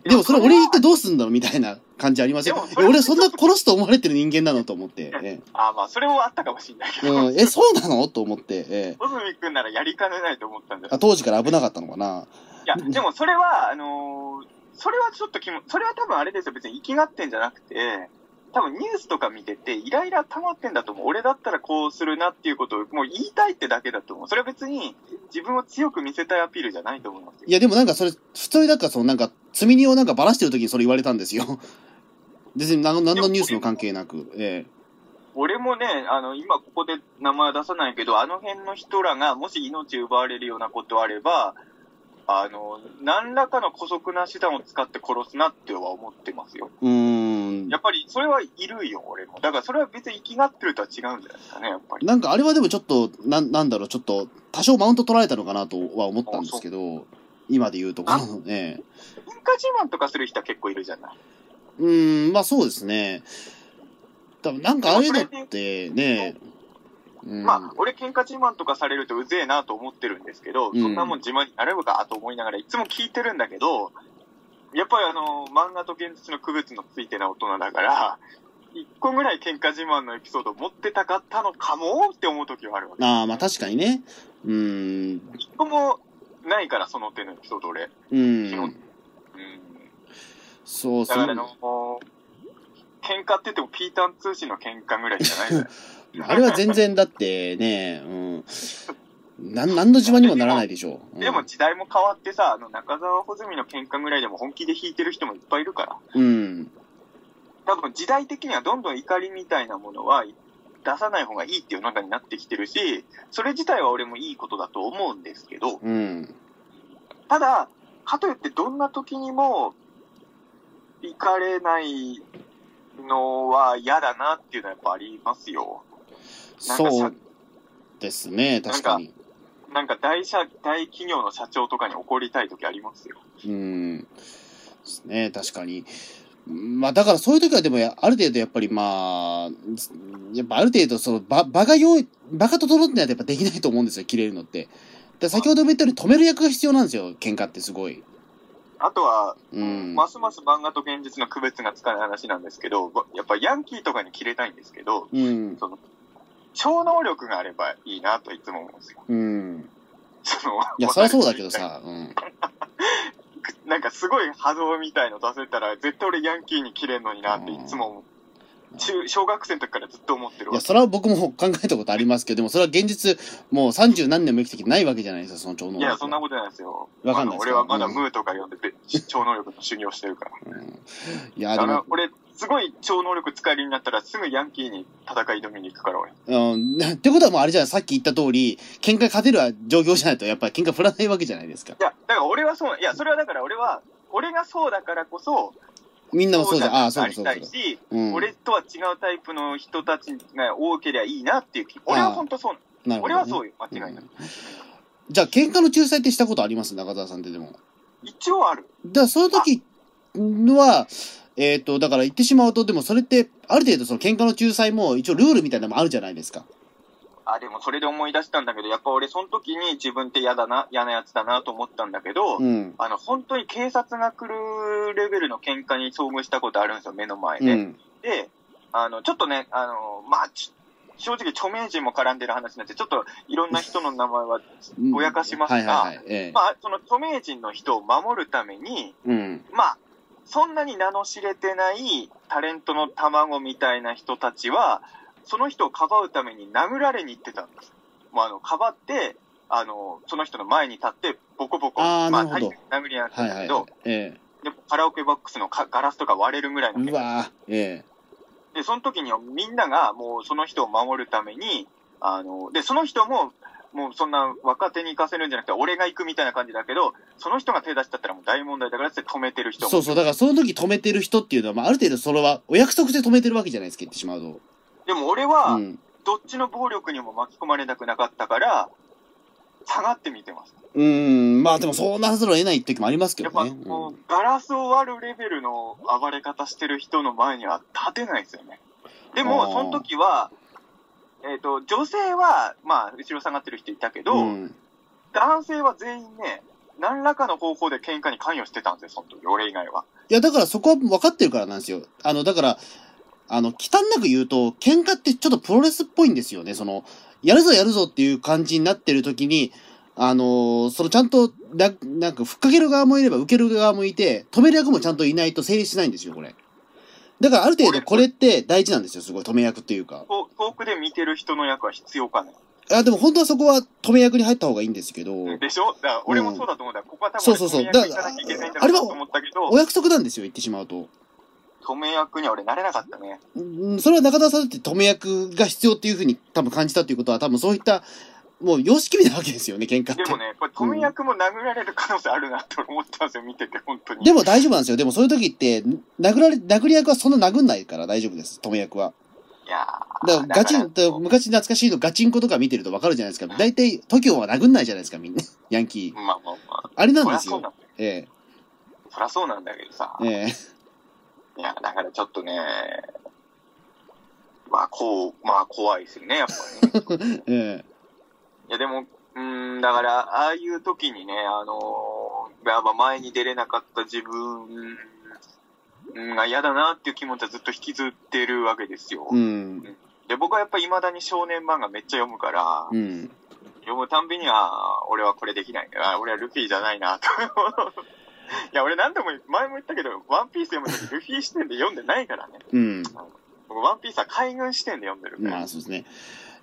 B: え
A: でもそれ俺言ってどうすんだろうみたいな感じありません
B: でもそれ
A: 俺そんな殺すと思われてる人間なのと思って。え
B: あ、まあ、それもあったかもしれないけ
A: え
B: ど、
A: う
B: 穂
A: ん、え、そうなのと思って、ええ
B: 積君ならやりかねないと思ったんだ
A: あ
B: よ。
A: 当時から危なかったのかない
B: や、でもそれは、あのーそれはちょっと気も、それは多分あれですよ。別に生きがってんじゃなくて、多分ニュースとか見てて、イライラ溜まってんだと思う。俺だったらこうするなっていうことをもう言いたいってだけだと思う。それは別に自分を強く見せたいアピールじゃないと思いますよ
A: いや、でもなんかそれ、普通になんかそのなんか、積み荷をなんかばらしてる時にそれ言われたんですよ。 別に何何のニュースの関係なく。え
B: 俺もね、あの、今ここで名前は出さないけど、あの辺の人らがもし命奪われるようなことあれば、あの、何らかの姑息な手段を使って殺すなっては思ってますよ。
A: えうーん
B: や。っぱりそれはいるよ、俺も。だからそれは別に生きがってるとは違うんじゃないですかね、やっぱり。
A: なんかあれはでもちょっと、なんなんだろう、ちょっと、多少マウント取られたのかなとは思ったんですけど、今で言うとこ
B: あ
A: の、 ええ
B: 文化自慢とかする人は結構いるじゃない。
A: うーん、まあそうですね。多分なんかああいうのってね、うん、
B: まあ、俺喧嘩自慢とかされるとうぜえなと思ってるんですけど、
A: うん
B: そんなもん自慢になれるかと思いながらいつも聞いてるんだけど、やっぱりあの、漫画と現実の区別のついてない大人だから、一個ぐらい喧嘩自慢のエピソード持ってたかったのかもって思う時はあるわけ。
A: ああ、まあ確かにね。うーん。
B: 一個もないから、その手のエピソード俺。
A: う
B: 基
A: ん。
B: うん。
A: そうそ
B: だからあ
A: う。
B: の、喧嘩って言ってもピーターン通信の喧嘩ぐらいじゃないんだよ
A: あれは全然だってね、うん。なん、なんの自慢にもならないでしょう。
B: でも時代も変わってさ、あの中澤穂積の喧嘩ぐらいでも本気で弾いてる人もいっぱいいるから。
A: うん。うん。
B: 多分時代的にはどんどん怒りみたいなものは出さない方がいいっていう中になってきてるし、それ自体は俺もいいことだと思うんですけど、
A: うん。
B: ただ、かといってどんな時にも怒れないのは嫌だなっていうのはやっぱありますよ。なんかさ
A: そうですね、確かに。
B: なんか大社、大企業の社長とかに怒りたい時ありますよ。
A: うん。ですね、確かに。まあだからそういう時はでもやある程度やっぱりまあ、やっぱある程度その場場が用意、場が整ってないとやっぱできないと思うんですよ、切れるのって。で先ほども言ったように止める役が必要なんですよ、喧嘩ってすごい。
B: あとは、
A: うん。
B: ますます漫画と現実の区別がつかない話なんですけど、やっぱヤンキーとかに切れたいんですけど、
A: うん。
B: 超能力があればいいなといつも思うんですよ。
A: うん。
B: その
A: いや、そりゃそうだけど。さ、うん。
B: なんかすごい波動みたいの出せたら、絶対俺ヤンキーに切れんのになっていつも思
A: う
B: う
A: ん
B: 中、小学生の時からずっと思ってる
A: い
B: わ
A: や、
B: け。
A: それは僕も考えたことありますけど、でもそれは現実、もう三十何年も生きてきてないわけじゃないですか、その超能
B: い
A: 力は。
B: や、そんなことないですよ。
A: わかんないで
B: あ
A: す
B: の俺
A: か
B: はまだムーとか呼んでて、超能力の修行してるから。
A: うんいや、で
B: あ
A: も
B: の、、俺、すごい超能力使えるようになったら、すぐヤンキーに戦い挑みに行くから、俺。
A: うん、 なってことはもうあれじゃない、さっき言った通り、喧嘩勝てる状況じゃないと、やっぱり喧嘩振らないわけじゃないですか。
B: いや、だから俺はそう、いや、それはだから俺は、俺がそうだからこそ、
A: みんなもそうじゃん。ああ、そうだ
B: なり
A: そう
B: た
A: だ
B: い
A: そう
B: し、
A: だ。うん。
B: 俺とは違うタイプの人たちが多ければいいなっていう気俺は本当そう
A: な
B: なの、
A: るほどね
B: 俺はそうよ間違いない、
A: うんじゃあ、喧嘩の仲裁ってしたことあります中澤さんってでも。
B: 一応ある
A: だから、そういう時は、えっ、と、だから言ってしまうと、でもそれって、ある程度その喧嘩の仲裁も一応ルールみたいなのもあるじゃないですか。
B: あでもそれで思い出したんだけどやっぱ俺その時に自分って嫌だな嫌なやつだなと思ったんだけど、
A: うん。
B: あの本当に警察が来るレベルの喧嘩に遭遇したことあるんですよ目の前
A: う
B: で、
A: ん。
B: であのちょっとねあのまあち正直著名人も絡んでる話になってちょっといろんな人の名前はぼやかしますが、
A: はいはいはい。ええ
B: まあその著名人の人を守るために
A: うん。
B: まあ、そんなに名の知れてないタレントの卵みたいな人たちは、その人をかばうために殴られに行ってたんです。もうあの、かばって、あの、その人の前に立って、ボコボコ、
A: あー
B: まあ、
A: な
B: 大
A: るほど
B: 変殴り合って
A: はい
B: た
A: は
B: け
A: いは
B: ど、
A: い。え
B: でカラオケボックスのかガラスとか割れるぐらい
A: え
B: の
A: うわぁ。え
B: で、その時にみんながもうその人を守るために、あの、で、その人も、もうそんな若手に行かせるんじゃなくて、俺が行くみたいな感じだけど、その人が手出しちゃったらもう大問題だからっつって止めてる
A: え
B: 人も
A: そうそう。だから、その時止めてる人っていうのは、まあ、ある程度それは、お約束で止めてるわけじゃないですか、言ってしまうと。
B: でも俺は、
A: うん。
B: どっちの暴力にも巻き込まれたくなかったから、下がって見てます。
A: うーん、まあでもそうならざるを得ない時もありますけ
B: や
A: ど
B: っぱ、
A: ね。
B: こ
A: う
B: うガラスを割るレベルの暴れ方してる人の前には立てないですよね。で
A: あ
B: も、
A: ー
B: その時は、えっ、と、女性は、まあ、後ろ下がってる人いたけど、
A: ん。うん
B: 男性は全員ね、何らかの方法で喧嘩に関与してたんですよ、その時、俺以外は。
A: いや、だからそこは分かってるからなんですよ。あの、だから、あの、忌憚なく言うと、喧嘩ってちょっとプロレスっぽいんですよね。その、やるぞやるぞっていう感じになってる時に、あのーそのちゃんと、ななんか、ふっかける側もいれば、受ける側もいて、止める役もちゃんといないと成立しないんですよ、これ。だから、ある程度、これって大事なんですよ、すごい、止め役っていうか。
B: 遠遠くで見てる人の役は必要かね。
A: あ、でも本当はそこは止め役に入った方がいいんですけど、
B: でしょだから俺もそうだと思うんだよ。ここは多
A: そ
B: 分
A: うそうそう
B: 止め役行かなきゃいけないん
A: だ
B: だ
A: からあれ
B: ろ
A: は
B: うと思ったけど
A: お、約束なんですよ、言ってしまうと。
B: 止め役には俺なれなかったね。
A: うんそれは中田さんだって止め役が必要っていうふうに多分感じたということは多分そういったもう様式美なわけですよね喧嘩って
B: でもね、これ止め役も殴られる可能性あるなって俺思ったんですよ、見てて、本当に。
A: でも大丈夫なんですよでもそういう時って殴られ殴り役はそんな殴んないから大丈夫です止め役はい
B: やー
A: だからガチン
B: だから
A: 昔懐かしいのガチンコとか見てるとわかるじゃないですか大体 TOKIO は殴んないじゃないですか みんなヤンキー
B: まあまあまあ。
A: あれな
B: そ
A: ん
B: り
A: で
B: ゃ
A: す
B: そうな
A: よ
B: んだよ。
A: え
B: そりゃそうなんだけどさ。
A: えええ
B: いや、だからちょっとね、まあ、こう、まあ、怖いですよね、やっぱり、ね。
A: ええ
B: いや、でも、うーん、だから、ああいう時にね、あのーやっぱ前に出れなかった自分うんが嫌だなっていう気持ちはずっと引きずってるわけですよ。
A: うん
B: で、僕はやっぱ未だに少年漫画めっちゃ読むから、
A: うん
B: 読むたんびには、俺はこれできないな、俺はルフィじゃないな、と。 いや、俺何度も、前も言ったけど、ワンピース読む時ルフィ視点で読んでないからね。
A: うん
B: 僕、ワンピースは海軍視点で読んでるから。
A: まあそうですね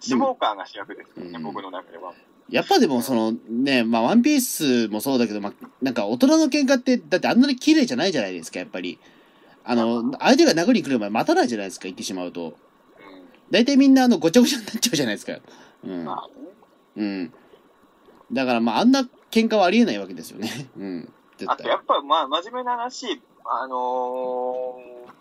B: スモーカーが主役ですよね、
A: うん
B: 僕の中では。
A: やっぱでもそのね、まあワンピースもそうだけど、まあなんか大人の喧嘩って、だってあんなに綺麗じゃないじゃないですか、やっぱり。あの、相手が殴りに来るまで待たないじゃないですか、言ってしまうと。
B: うん
A: 大体みんなあの、ごちゃごちゃになっちゃうじゃないですか。うん。
B: まあね。
A: うん。だからまああんな喧嘩はありえないわけですよね。 うん。
B: あ
A: 絶
B: とや
A: 対。
B: っぱ、まあ、真面目な話、あのー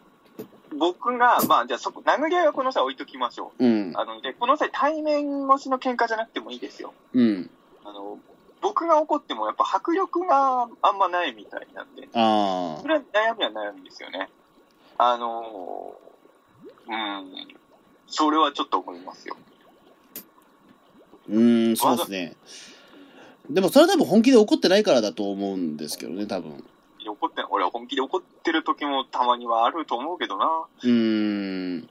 B: 僕が、まあ、じゃあそこ、殴り合いはこの際置いときましょ
A: うん
B: う。。あの、で、この際対面越しの喧嘩じゃなくてもいいですよ。
A: うん。
B: あの、僕が怒ってもやっぱ迫力があんまないみたいなんで、
A: あ
B: それは悩みは悩みですよね。あのーうん、それはちょっと思いますよ。
A: あ。うん、そうですね。でもそれは多分本気で怒ってないからだと思うんですけどね、多分。
B: 怒って、俺は本気で怒ってる時もたまにはあると思うけどな。
A: うーん。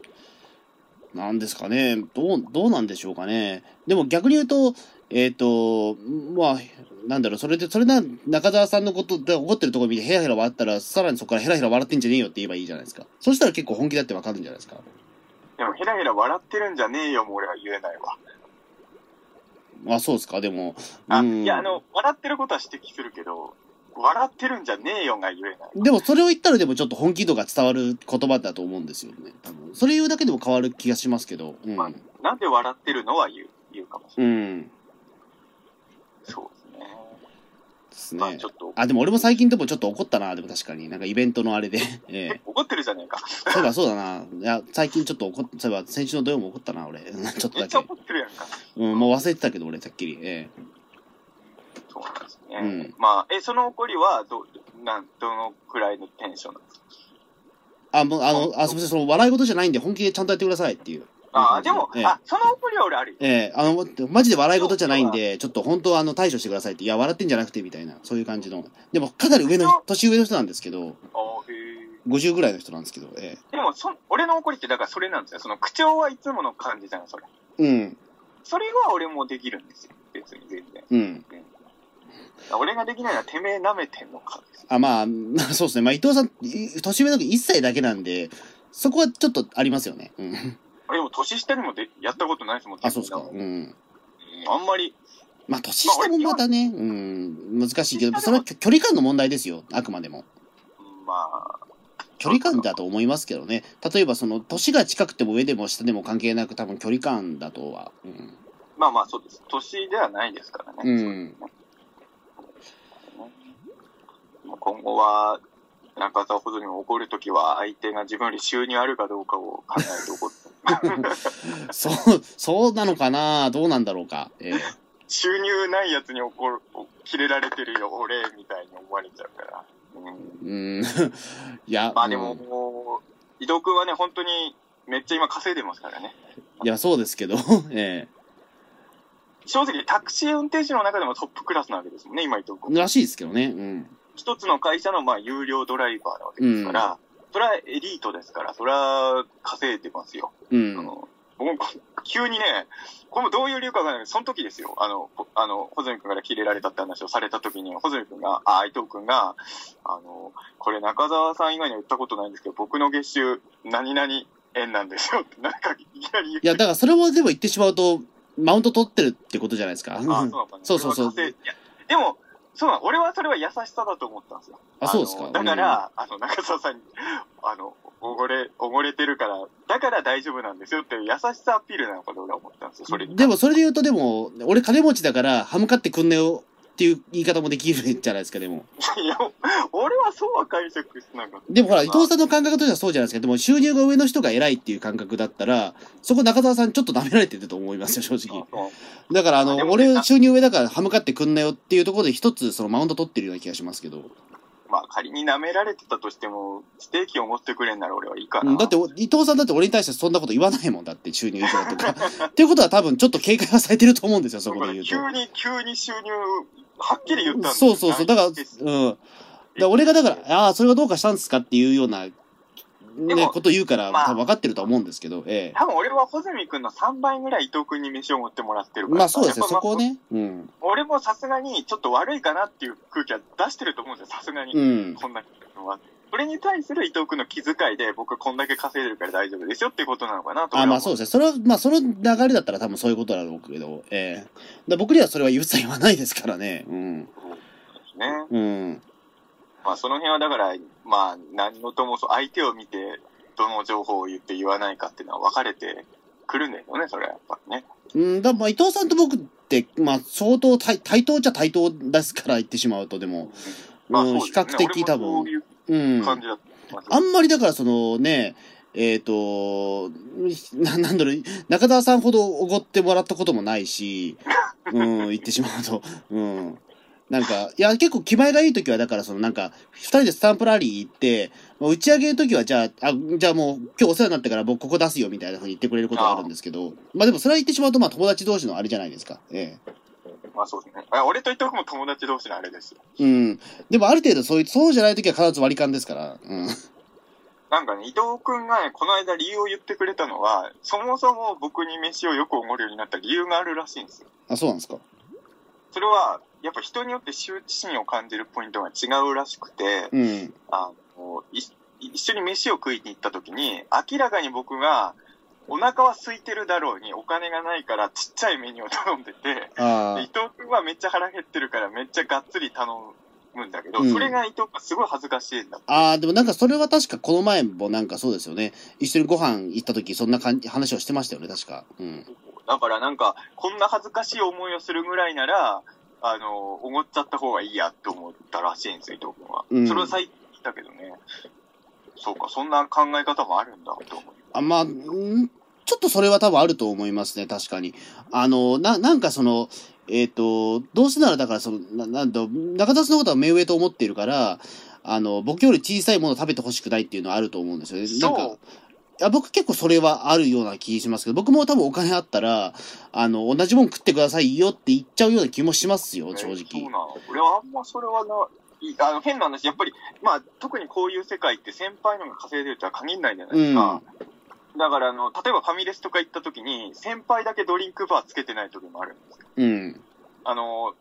A: なんですかね。どう、どうなんでしょうかね。でも逆に言うと、えっ、と、まあ、なんだろう、それで、それな、中澤さんのことで怒ってるところ見てヘラヘラ笑ったら、さらにそこからヘラヘラ笑ってんじゃねえよって言えばいいじゃないですか。そしたら結構本気だってわかるんじゃないですか。
B: でもヘラヘラ笑ってるんじゃねえよも俺は言えないわ。
A: まあそうですか、でも。
B: あ、
A: うん
B: いや、あの、笑ってることは指摘するけど、笑ってるんじゃねえよが言えない。
A: でもそれを言ったらでもちょっと本気度が伝わる言葉だと思うんですよね。多分それ言うだけでも変わる気がしますけど。うん。
B: まあ、なんで笑ってるのは言う、言うかもしれない。
A: うん。で
B: そうですね。
A: す
B: まあ、
A: ね
B: ち。ょっと、
A: あ、でも俺も最近でもちょっと怒ったな、でも確かに。なんかイベントのあれで。 ええ
B: 怒ってるじゃねえか。
A: そういえばそうだな。いや、最近ちょっと怒っ、そういえば先週の土曜も怒ったな、俺。 うんちょっとだけ
B: めっちゃ。怒ってるやんか。
A: うん、もう忘れてたけど、俺、さっきり。え
B: そうなんですね。
A: うん
B: まあ、え、その怒りは、ど、なん、どのくらいのテンションなんですか
A: えあ、もう、あの、あ、すみません、その、笑い事じゃないんで、本気でちゃんとやってくださいっていう。
B: ああ、でも、
A: ええ
B: あ、その怒りは俺あるよ。
A: ええあの、待ってマジで笑い事じゃないんで、ちょっと本当はあの、対処してくださいって。いや、笑ってんじゃなくて、みたいな。そういう感じの。でも、かなり上の人、年上の人なんですけど、
B: あーへえ。
A: 50ぐらいの人なんですけど、え
B: でもそ、俺の怒りって、だからそれなんですよ。その、口調はいつもの感じじゃん、それ。
A: えうん、
B: それは俺もできるんですよ。別に全然。
A: うん。
B: 俺ができないのは、てめえ舐めてんのかです。
A: あ、まあ、 そうですね。まあ、伊藤さん、い年上の時1歳だけなんで、そこはちょっとありますよね。 うん。
B: 俺も年下にもでやったことないですもん、
A: あ、そうですか。
B: うん
A: うん。
B: あんまり、
A: まあ、年下もまたね、うん、難しいけど、それは距距離感の問題ですよ、あくまでも。
B: うんまあ、
A: 距離感だと思いますけどね。例えば、その、年が近くても上でも下でも関係なく、多分距離感だとは。うん。
B: まあまあ、そうです。年ではないですから
A: う
B: ね。
A: ん。
B: 今後は、中澤ほどにも怒るときは、相手が自分より収入あるかどうかを考えて怒 る。
A: そう、そうなのかなどうなんだろうか。ええ
B: 収入ないやつに怒る、切れられてるよ、俺、みたいに思われちゃうから。うん、
A: うん。 いや、
B: まあでも、
A: うん
B: もう伊藤君はね、本当に、めっちゃ今稼いでますからね。
A: いや、そうですけど、ええ
B: 正直タクシー運転手の中でもトップクラスなわけですもんね、今言っておく。
A: らしいですけどね。うん。
B: 一つの会社のまあ有料ドライバーなわけですから、それはエリートですから、それは稼いでますよ。
A: う
B: あ
A: ん。
B: の僕も こ急にね、これもどういう理由かわからないけど、その時ですよ、あの、ほあの、穂積君からキレられたって話をされた時に、穂積君が、あ、伊藤君が、あの、これ中澤さん以外には言ったことないんですけど、僕の月収、何々円なんですよって、なん かいきなり言っ
A: い
B: て、
A: や、だからそれもでも言ってしまうと、マウント取ってるってことじゃないですか。
B: あ、そうなのかな
A: そうそうそう
B: 俺は稼いいやでも、そうなの、俺はそれは優しさだと思ったんですよ。
A: あ、そうですか。
B: のだから、あの、中澤さんに、あの、おごれ、おごれてるから、だから大丈夫なんですよっていう優しさアピールなのかと俺は思ったんですよ、それに
A: でもそれで言うとでも俺金持ちだから歯向かってくんねよっていう言い方もできるじゃないですかでも
B: いや、俺はそうは解釈してなかった。
A: でもほら伊藤
B: さ
A: さんの感覚としてはそうじゃないですかでも収入が上の人が偉いっていう感覚だったらそこ中澤さんちょっと舐められてると思いますよ正直だからあ
B: あで
A: の
B: も
A: 俺収入上だから歯向かってくんなよっていうところで一つそのマウント取ってるような気がしますけど
B: まあ仮に舐められてたとしても、ステーキを持ってくれんなら俺はいいか
A: う
B: な。
A: んだってお伊藤さんだって俺に対してそんなこと言わないもんだって収入以上とかっていうことは多分ちょっと警戒はされてると思うんですよそ
B: そう
A: こ
B: だ
A: で
B: ね
A: 言うと
B: 急に、急に収入、はっきり言ったんだよ
A: そうそうそう。だから、う
B: 何
A: ん。だ
B: です
A: から俺がだから、ああ、それがどうかしたんですかっていうような、ね
B: も、
A: こと言うから、
B: まあ
A: 多分分かってるとは思うんですけど、ええ。
B: 多分俺は穂積君の3倍ぐらい伊藤君に飯を持ってもらってるから。
A: まあそうですね、
B: やっぱ
A: そこを。ね。うん。
B: 俺もさすがにちょっと悪いかなっていう空気は出してると思うんですよ、さすがに。
A: うん。
B: こんなのは。それに対する伊藤君の気遣いで、僕はこんだけ稼いでるから大丈夫ですよっていうことなのかなと俺は
A: あ
B: 思
A: まあそうですね。それは、まあその流れだったら多分そういうことだろうけど、ええ。だ僕にはそれは一切言わないですからね。うん。
B: うね。
A: うん。
B: まあ、その辺はだから、まあ、何事もそう相手を見て、どの情報を言って言わないかっていうのは分かれてくるんだよね、それはやっぱりね。
A: うん、だまあ伊藤さんと僕って、まあ相当対対等っちゃ対等ですから言ってしまうと、でも、
B: まあ
A: うん、比較的多
B: そうで
A: 分、
B: すね
A: うん
B: 俺も。そういう感じだった、
A: あんまりだからそのね、えっ、と、ななんだろう、中澤さんほどおごってもらったこともないし、うん、言ってしまうと、うん。なんか、いや、結構気前がいい時は、だからそのなんか、二人でスタンプラリー行って、まあ打ち上げの時は、じゃあ、あ、じゃあもう今日お世話になったから僕ここ出すよみたいな風に言ってくれることがあるんですけど、まあでもそれは言ってしまうと、まあ友達同士のあれじゃないですか。え
B: まあそうですね。あ俺と伊藤君も友達同士のあれですよ。
A: え。うん。でもある程度そういう、そうじゃない時は必ず割り勘ですから、うん。
B: なんかね、伊藤君がね、この間理由を言ってくれたのは、そもそも僕に飯をよくおごるようになった理由があるらしいんですよ。
A: あ、そうなんですか。
B: それは、やっぱ人によって羞恥心を感じるポイントが違うらしくて、
A: うん。
B: あのい一緒に飯を食いに行った時に明らかに僕がお腹は空いてるだろうにお金がないからちっちゃいメニューを頼んでて
A: あ
B: で伊
A: あ。
B: 藤君はめっちゃ腹減ってるからめっちゃがっつり頼むんだけど、
A: うん
B: それが伊藤君すごい恥ずかしいんだ
A: ああ、でもなんかそれは確かこの前もなんかそうですよね。一緒にご飯行った時そんな感じ、話をしてましたよね、確か。うん。
B: だからなんかこんな恥ずかしい思いをするぐらいならあのおごっちゃった方がいいやって思ったらしいんですよ伊藤君は、
A: うん
B: それは最近だけどねそうかそんな考え方もあるんだと思う
A: あ、まあ、んちょっとそれは多分あると思いますね、確かに。あの、な、なんかその、えっ、と、どうせならだからその、ななんと、中田さんのことは目上と思っているから、あの、僕より小さいものを食べてほしくないっていうのはあると思うんですよね。なん
B: そ
A: か
B: う、
A: いや僕結構それはあるような気しますけど、僕も多分お金あったら、あの、同じもん食ってくださいよって言っちゃうような気もしますよ、正
B: えーそう
A: 直。
B: なの俺はあんまそれはないあの変な話やっぱり、まあ、特にこういう世界って先輩のが稼いでるとは限らないじゃないですか、だからあの例えばファミレスとか行った時に先輩だけドリンクバーつけてない時もあるんですよ
A: うん。
B: あの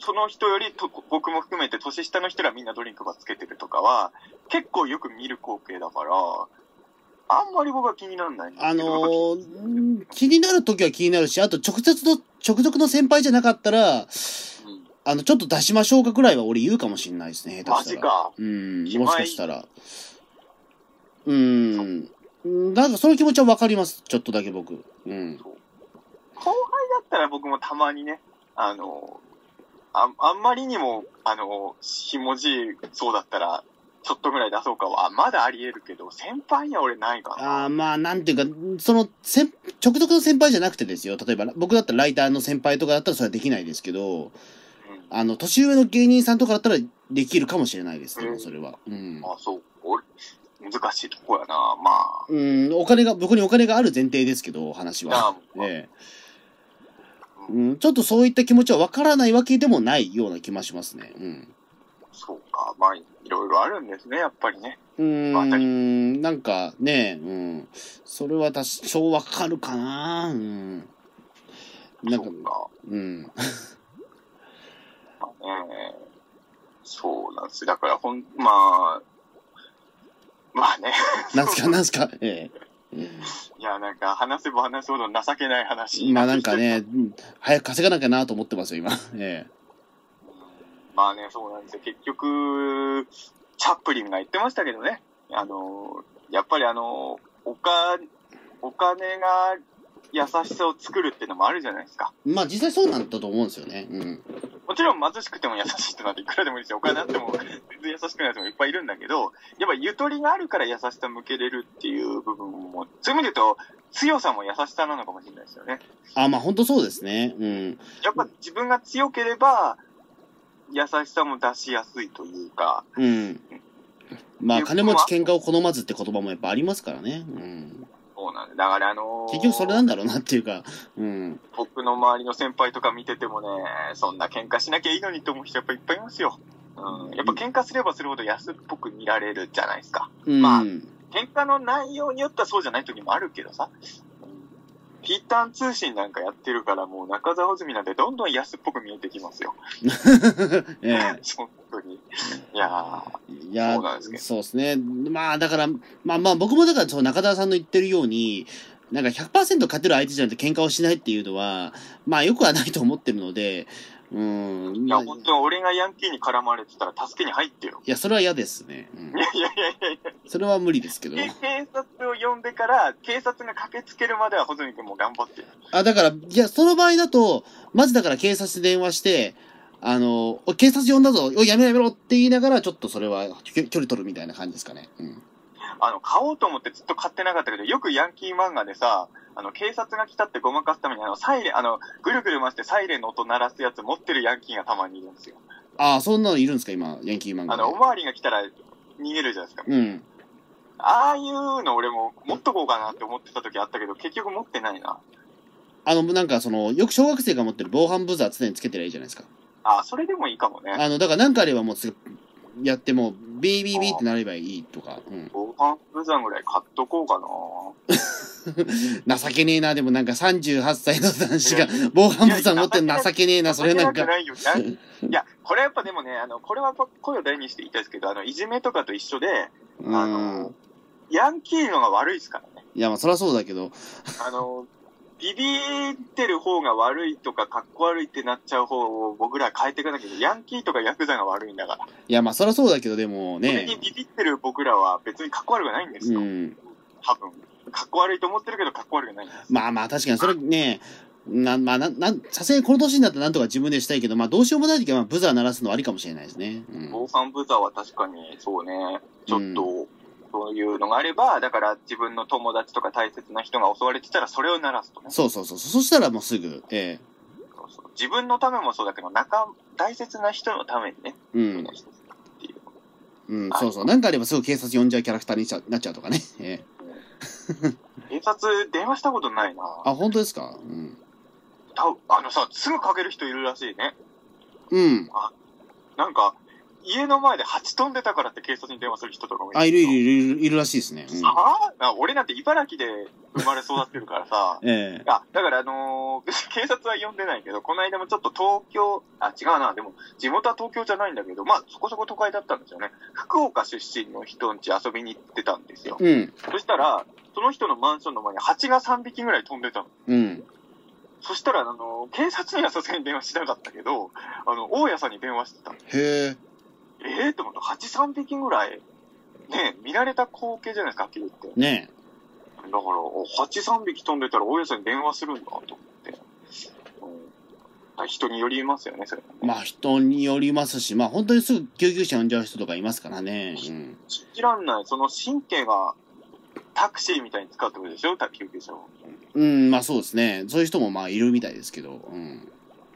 B: その人よりと僕も含めて年下の人らみんなドリンクバーつけてるとかは結構よく見る光景だからあんまり僕は気にならないんです
A: あ
B: けど
A: のーうん気になる時は気になるし、あと直接の、直属の先輩じゃなかったら、
B: うん
A: あの、ちょっと出しましょうかくらいは俺言うかもしんないですね、下
B: マ
A: 手し
B: ジ
A: たら。
B: か
A: うん、も
B: 気
A: し
B: 前
A: かしたら。うん。なんかその気持ちはわかります、ちょっとだけ僕。うん。
B: 後輩だったら僕もたまにね、あの、ああんまりにも、あの、ひもじいそうだったら、ちょっとぐらい出そうかは、あまだあり得るけど、先輩には俺ないか
A: あーまあ、なんていうか、その、先直属の先輩じゃなくてですよ。例えば、僕だったらライターの先輩とかだったらそれはできないですけど、
B: な。うん
A: あの、年上の芸人さんとかだったらできるかもしれないです、でもそれは。うん。
B: まあそう、俺、難しいとこやな、まあ。
A: うん、お金が、僕にお金がある前提ですけど、話
B: なあ
A: は。
B: まあ
A: えうん、ちょっとそういった気持ちはわからないわけでもないような気もしますね。うん。
B: そうか、まあ、いろいろあるんですね、やっぱりね。
A: うーん、なんかね、うん。それは多少わかるかなうん。なん
B: そう
A: か、
B: か、
A: うん。
B: ええそうなんです。だから、ほん、まあ、まあね、
A: なんすか、なんすか、ええ。
B: いや、なんか、話せば話すほど情けない話。
A: まあなんかね、うん早く稼がなきゃなと思ってますよ、今。え
B: うん。まあね、そうなんですよ。結局、チャップリンが言ってましたけどね。あの、やっぱりあの、おか、お金が優しさを作るっていうのもあるじゃないですか。
A: え。まあ実際そうなんだと思うんですよね。うん。
B: もちろん貧しくても優しい人なんていくらでもいるし、お金あっても全然優しくない人もいっぱいいるんだけど、やっぱゆとりがあるから優しさ向けれるっていう部分も、そういう意味で言うと、強さも優しさなのかもしれないですよね。
A: あ、まあ本当そうですね。うん。
B: やっぱ自分が強ければ、優しさも出しやすいというか、
A: うん。まあ金持ち喧嘩を好まずって言葉もやっぱありますからね。うん。
B: そうなんです。だからあのー
A: 結局それなんだろうなっていうか、うん。
B: 僕の周りの先輩とか見ててもね、そんな喧嘩しなきゃいいのにと思う人やっぱいっぱいいますよ。うん、やっぱ喧嘩すればするほど安っぽく見られるじゃないですか。
A: うん。
B: まあ喧嘩の内容によってはそうじゃない時もあるけどさ。ピーターン通信なんかやってるからもう中澤穂積なんてどんどん安っぽく見えてきますよ。
A: ええ
B: 本当に。いやー、
A: いや
B: そうなんですけど
A: そうですね。まあだから、まあまあ僕もだからその中田さんの言ってるように、なんか100%勝てる相手じゃなくて喧嘩をしないっていうのは、まあよくはないと思ってるので、うん。
B: い
A: ま
B: や
A: あ、い
B: 本当に俺がヤンキーに絡まれてたら助けに入ってよ。
A: や、それは嫌ですね。うん
B: いやいやいやいやいや。
A: それは無理ですけど。
B: で警察を呼んでから、警察が駆けつけるまでは穂積君も頑張ってる。
A: あ、だから、いや、その場合だと、まずだから警察に電話して、あの、お警察呼んだぞ、おいやめろやめろって言いながら、ちょっとそれはきょ距離取るみたいな感じですかね。うん。
B: あの、買おうと思ってずっと買ってなかったけど、よくヤンキー漫画でさ、あの、警察が来たってごまかすために、あの、サイレン、あの、ぐるぐる回してサイレンの音鳴らすやつ持ってるヤンキーがたまにいるんですよ。
A: ああ、そんなのいるんですか、今、ヤンキー漫
B: あ
A: 画で
B: の、おまわりが来たら逃げるじゃないですか。
A: うん。
B: ああいうの俺も持っとこうかなって思ってた時あったけど、結局持ってないな。
A: あの、なんかその、よく小学生が持ってる防犯ブザー常につけてりゃいいじゃないですか。
B: あ、それでもいいかもね。
A: あの、だからなんかあればもうすぐ、やっても、ビービービーってなればいいとか。うん。
B: 防犯ブザーぐらい買っとこうかな。
A: 情けねえな、でもなんか38歳の男子が防犯ブザー持ってるの情けねえな、それなん
B: 関係
A: か。
B: ないよなん いや、これやっぱでもね、あの、これはやっぱ声を大にして言いたいですけど、あの、いじめとかと一緒で、
A: う
B: あ
A: ん
B: の。、ヤンキーのが悪いですからね。
A: いや、まあそりゃそうだけど。
B: あの、ビビってる方が悪いとか、かっこ悪いってなっちゃう方を僕らは変えていかなきゃいけない。ヤンキーとかヤクザが悪いんだから。
A: いや、まあそりゃそうだけど、でも
B: それ
A: ね
B: に。ビビってる僕らは別にかっこ悪くないんですよ。
A: うん。
B: 多分。かっこ悪いと思ってるけど、かっこ悪くないんです。
A: まあまあ確かにそれね、な、まあな、なん、さすがにこの年になったらなんとか自分でしたいけど、まあどうしようもない時はまあブザー鳴らすのはありかもしれないですね。うん。
B: 防犯ブザーは確かに、そうね、ちょっと、そういうのがあれば、だから自分の友達とか大切な人が襲われてたら、それを鳴らすとね。
A: そうそうそうそう。そしたらもうすぐ、え
B: そうそう自分のためもそうだけど、仲、大切な人のためにね、
A: えうん。
B: っていう。
A: うん、そうそう。なんかあればすぐ警察呼んじゃうキャラクターにしちゃなっちゃうとかね。ええ。
B: 警察、電話したことないな
A: あ、本当ですかうん。
B: 多分あのさ、すぐかける人いるらしいね。
A: うん。
B: なんか、家の前で蜂飛んでたからって警察に電話する人とかもいる。
A: あ、いるいるいるいるらしいですね。うん。。
B: はぁな俺なんて茨城で生まれ育ってるからさ
A: ええ。
B: あ、だからあのー 警察は呼んでないけど、この間もちょっと東京、あ、違うな、でも、地元は東京じゃないんだけど、まあ、そこそこ都会だったんですよね。福岡出身の人ん家遊びに行ってたんですよ。
A: うん。
B: そしたら、その人のマンションの前に蜂が3匹ぐらい飛んでたの。
A: うん。
B: そしたら、あの、警察にはさすがに電話しなかったけど、あの、大家さんに電話してた。
A: へえ。
B: ええー、と思って、8、3匹ぐらい、ね、見られた光景じゃないですか、はっきり言って。
A: ね
B: だから、お8、3匹飛んでたら大家さんに電話するんだ、と思って。うんまあ、人によりますよね、それはね
A: え。まあ人によりますし、まあ本当にすぐ救急車呼んじゃう人とかいますからね。うん。
B: 信じらんない、その神経が、タクシーみたいに使うってことでしょ、タ救急車を。
A: うん、まあそうですね。そういう人もまあいるみたいですけど。うん。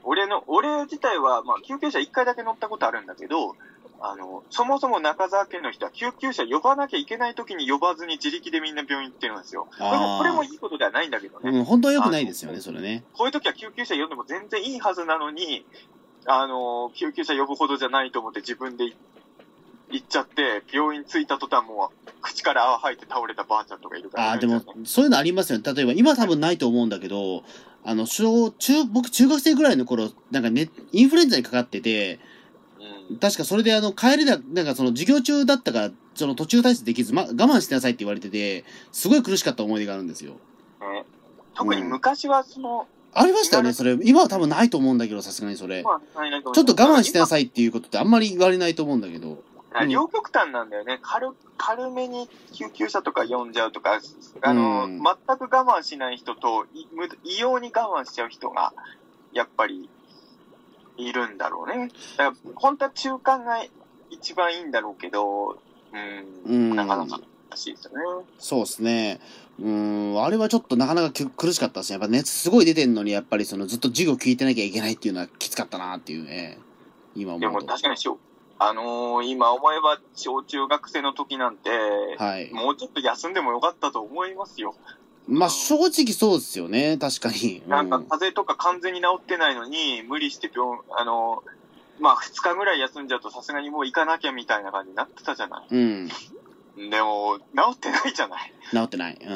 B: 俺の、俺自体は、まあ、救急車1回だけ乗ったことあるんだけど、あの、そもそも中沢家の人は救急車呼ばなきゃいけない時に呼ばずに自力でみんな病院行ってるんですよ。これ
A: あー
B: もこれもいいことではないんだけどね。
A: うん、本当は良くないですよね、それね。
B: こういう時は救急車呼んでも全然いいはずなのに、あの、救急車呼ぶほどじゃないと思って自分で行っちゃって、病院着いた途端もう口から泡吐いて倒れたばあちゃんとかいるから、
A: ああ、でも、そういうのありますよね。例えば、今多分ないと思うんだけど、あの、小、中、僕、中学生ぐらいの頃、なんかね、インフルエンザにかかってて、
B: うん、
A: 確かそれであの、帰りだ、なんかその、授業中だったから、その途中退出できず、ま、我慢してなさいって言われてて、すごい苦しかった思い出があるんですよ。
B: ね特に昔はその、
A: ありましたよね、それ。今は多分ないと思うんだけど、さすがにそれ。ちょ
B: まあないなと思
A: っ
B: う
A: と我慢してなさいっていうことってあんまり言われないと思うんだけど。
B: あ
A: うん
B: 両極端なんだよね、軽軽めに救急車とか呼んじゃうとか、あの
A: うん
B: 全く我慢しない人とい無異様に我慢しちゃう人がやっぱりいるんだろうね。だから本当は中間が一番いいんだろうけど、うん、
A: うん
B: なかなか難しいですよね。
A: そうですね。うーん、あれはちょっとなかなかき苦しかったですね。やっぱ熱すごい出てんのに、やっぱりそのずっと授業聞いてなきゃいけないっていうのはきつかったなっていうね。今
B: で
A: 思
B: も
A: うと。
B: 確かにしょ、あのー今思えば小中学生の時なんて、
A: はい。
B: もうちょっと休んでもよかったと思いますよ。
A: まあ正直そうですよね。確かに。
B: なんか
A: うん
B: 風邪とか完全に治ってないのに、無理して病、あの、まあ2日ぐらい休んじゃうとさすがにもう行かなきゃみたいな感じになってたじゃな
A: うん。治
B: い。でも、治ってないじゃない。
A: ってない。うん。
B: あ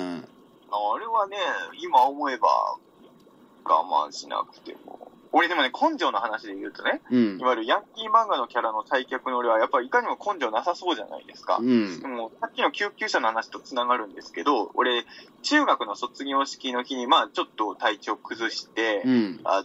B: れはね、今思えば我慢しなくても。俺でもね、根性の話で言うとね、
A: うん
B: い。わゆるヤンキー漫画のキャラの対客の俺はやっぱりいかにも根性なさそうじゃないですか。
A: うん
B: で。もさっきの救急車の話とつながるんですけど、俺、中学の卒業式の日に、まあちょっと体調崩して、
A: うん。
B: あ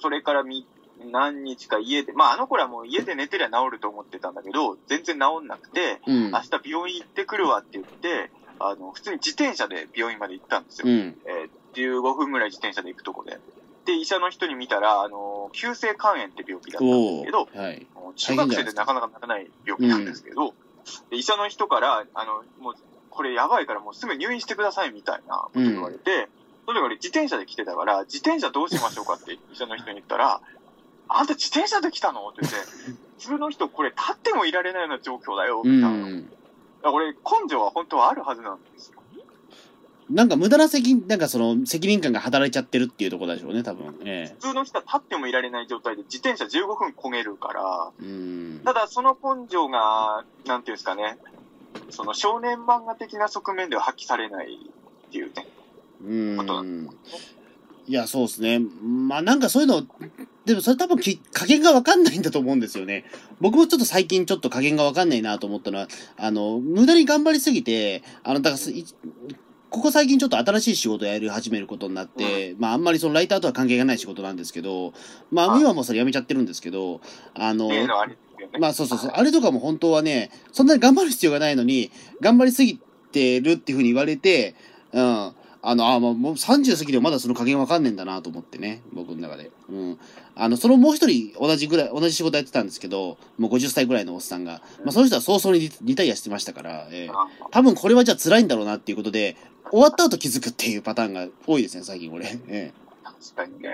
B: それからみ何日か家で、まあ、あの頃はもう家で寝てりゃ治ると思ってたんだけど、全然治んなくて、
A: うん
B: 明。日病院行ってくるわって言って、あの普通に自転車で病院まで行ったんですよ。
A: うん。
B: えー15分ぐらい自転車で行くとこで。で、医者の人に見たら、あの急性肝炎って病気だったんです
A: お
B: けど、
A: ーはい。
B: もう中学生でなかなかならない病気なんですけど、で医者の人から、あの、もう、これやばいからもうすぐ入院してくださいみたいなこと言われて、それより自転車で来てたから、自転車どうしましょうかって医者の人に言ったら、あんた自転車で来たのって言 って、普通の人これ立ってもいられないような状況だよ、
A: う
B: みたいな。だか
A: ん。
B: ら俺、根性は本当はあるはずなんですよ。
A: なんか無駄な責任、なんかその責任感が働いちゃってるっていうところでしょうね、多分。え
B: 普通の人は立ってもいられない状態で自転車15分焦げるから、
A: え。うん。
B: ただその根性が、なんていうんですかね、その少年漫画的な側面では発揮されないっていうね。
A: う
B: こと
A: ーんいや、そうですね。まあ、なんかそういうの、でもそれ多分き加減がわかんないんだと思うんですよね。僕もちょっと最近ちょっと加減がわかんないなと思ったのは、あの、無駄に頑張りすぎて、あの、だからす、いここ最近ちょっと新しい仕事をやり始めることになって、まああんまりそのライターとは関係がない仕事なんですけど、まあ
B: はい
A: 今もうそれやめちゃってるんですけど、あの、
B: 例のあれですよね。
A: まあそうそうそう。あれとかも本当はね、そんなに頑張る必要がないのに、頑張りすぎてるっていうふうに言われて、うん。あの、あまあ、もう30過ぎでもまだその加減わかんねえんだなと思ってね、僕の中で。うん。あの、そのもう一人同じぐらい、同じ仕事やってたんですけど、もう50歳ぐらいのおっさんが、まあその人は早々にリリタイアしてましたから、ええ
B: あ
A: 多分これはじゃあ辛いんだろうなっていうことで、終わった後気づくっていうパターンが多いですね、最近俺。ええ
B: 確かにね。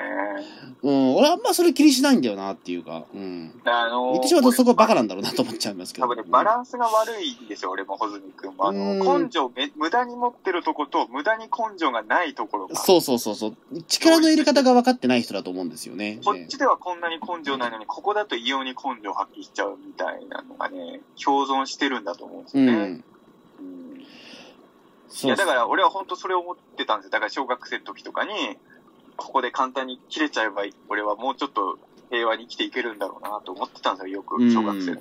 A: うん、俺あんまそれ気にしないんだよなっていうか、うん。
B: あの
A: 言ってしまうとそこはバカなんだろうなと思っちゃいますけど。
B: 多分ね、バランスが悪いんですよ、俺も、穂積君も。あ
A: う
B: の、
A: ん
B: 根性め、無駄に持ってるとこと、無駄に根性がないところが。
A: そうそうそうそう。力の入れ方が分かってない人だと思うんですよね。
B: こっちではこんなに根性ないのに、ここだと異様に根性発揮しちゃうみたいなのがね、共存してるんだと思うんです
A: う
B: よね。
A: ん。
B: うんい
A: そう
B: やだから俺は本当それを思ってたんですよ。だから小学生の時とかに、ここで簡単に切れちゃえば、俺はもうちょっと平和に生きていけるんだろうなと思ってたんですよ、よく、小学生。
A: うん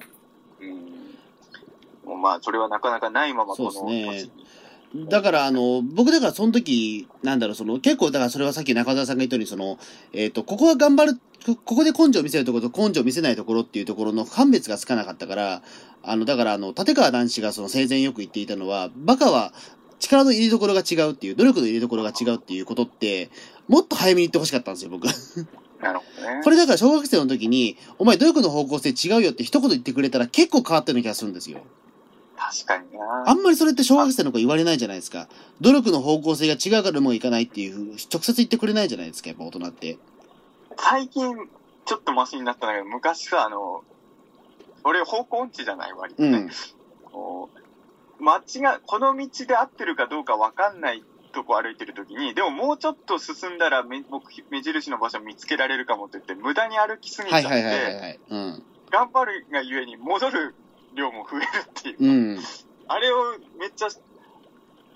B: うん。もうまあ、それはなかなかないままこの
A: そうですね
B: 年に
A: だから、あの、僕だからその時、なんだろう、その、結構、だからそれはさっき中澤さんが言ったように、その、えっ、と、ここは頑張る、こここで根性を見せるところと根性を見せないところっていうところの判別がつかなかったから、あの、だから、あの、立川男子がその生前よく言っていたのは、バカは力の入れ所が違うっていう、努力の入れ所が違うっていうことって、もっと早めに言ってほしかったんですよ、僕。
B: なるほどね。
A: これだから小学生の時に、お前努力の方向性違うよって一言言ってくれたら結構変わったような気がするんですよ。
B: 確かに
A: あ
B: な。
A: んまりそれって小学生の子言われないじゃないですか。努力の方向性が違うからうまくいかないっていうふう、直接言ってくれないじゃないですか、やっぱ大人って。
B: 最近、ちょっとマシになったんだけど、昔さ、あの、俺方向音痴じゃない割と
A: う
B: ね、
A: ん。
B: こう間違この道で合ってるかどうか分かんないとこ歩いてる時にでももうちょっと進んだら目目目印の場所見つけられるかもって言って無駄に歩きすぎちゃ
A: は
B: っ
A: い
B: て、
A: はいはいはいはい。うん。
B: 頑張るがゆえに戻る量も増えるっていう、
A: うん。
B: あれをめっちゃ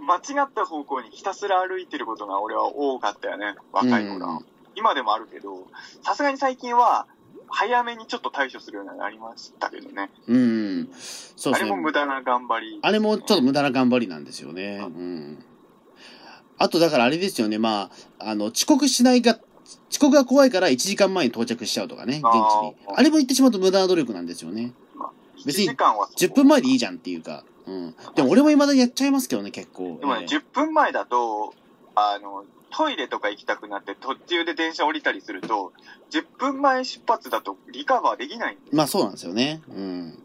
B: 間違った方向にひたすら歩いてることが俺は多かったよね若い頃は、
A: うん
B: 今でもあるけどさすがに最近は早めにちょっと対処するようにはなりましたけどね
A: うん。そう
B: あ
A: です
B: れ
A: ね
B: も。無駄な頑張り
A: あれもちょっと無駄な頑張りなんですよね。うん。あとだからあれですよね。まあ、あの、遅刻しないが、遅刻が怖いから1時間前に到着しちゃうとかね、現地に。
B: あー
A: あれも言ってしまうと無駄な努力なんですよね。別に
B: 1時間は
A: 10分前でいい
B: じ
A: じゃんっていうか。うん。でも俺も未だにやっちゃいますけどね、結構。
B: でもね、
A: ええ
B: 10分前だとあのトイレとか行きたくなって途中で電車降りたりすると10分前出発だとリカバーできないんで
A: まあそうなんですよね。うん。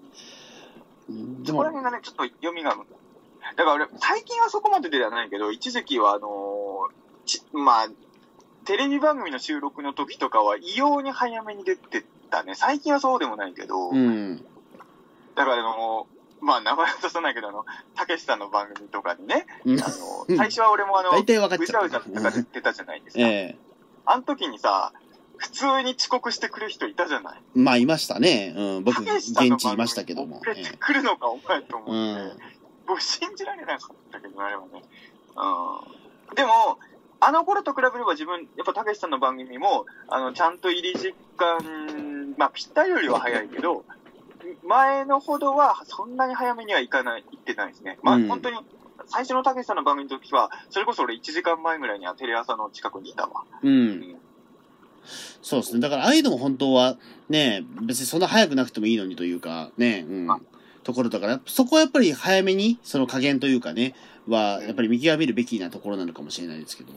A: で
B: ここ
A: も
B: ら、辺がねちょっと読みがだから俺最近はそこまでではないけど一時期はあのーちまあテレビ番組の収録の時とかは異様に早めに出てたね最近はそうでもないけど、
A: うん。
B: だからあのーまあ名前は出さないけどあのたけしさんの番組とかにね
A: うん
B: あのー最初は俺もあの
A: 大体分かっ
B: う
A: ち
B: じゃ
A: ゃ
B: うじゃとか
A: う。
B: 出たじゃないですか、
A: ええ。
B: あの時にさ普通に遅刻してくる人いたじゃない
A: まあいましたね。うん。僕、
B: たけし
A: 現
B: さんの番組
A: 地いましたけども。
B: 遅れ
A: え
B: て
A: え
B: くるのかお前と思って、
A: うん。
B: 僕信じられなかったけどあれはね、うん、でもあの頃と比べれば自分やっぱたけしさんの番組もあのちゃんと入り時間まあぴったりよりは早いけど前のほどはそんなに早めにはいかない行ってないですね、まあ
A: うん
B: 本当に最初のたけしさんの番組の時はそれこそ俺1時間前ぐらいにはテレ朝の近くにいたわ、
A: うん。そうですね。だから、ああいうのも本当は、ね、別にそんな早くなくてもいいのにというか、ね、うん
B: あ。
A: ところだから、そこはやっぱり早めに、その加減というかね、は、やっぱり見極めるべきなところなのかもしれないですけど。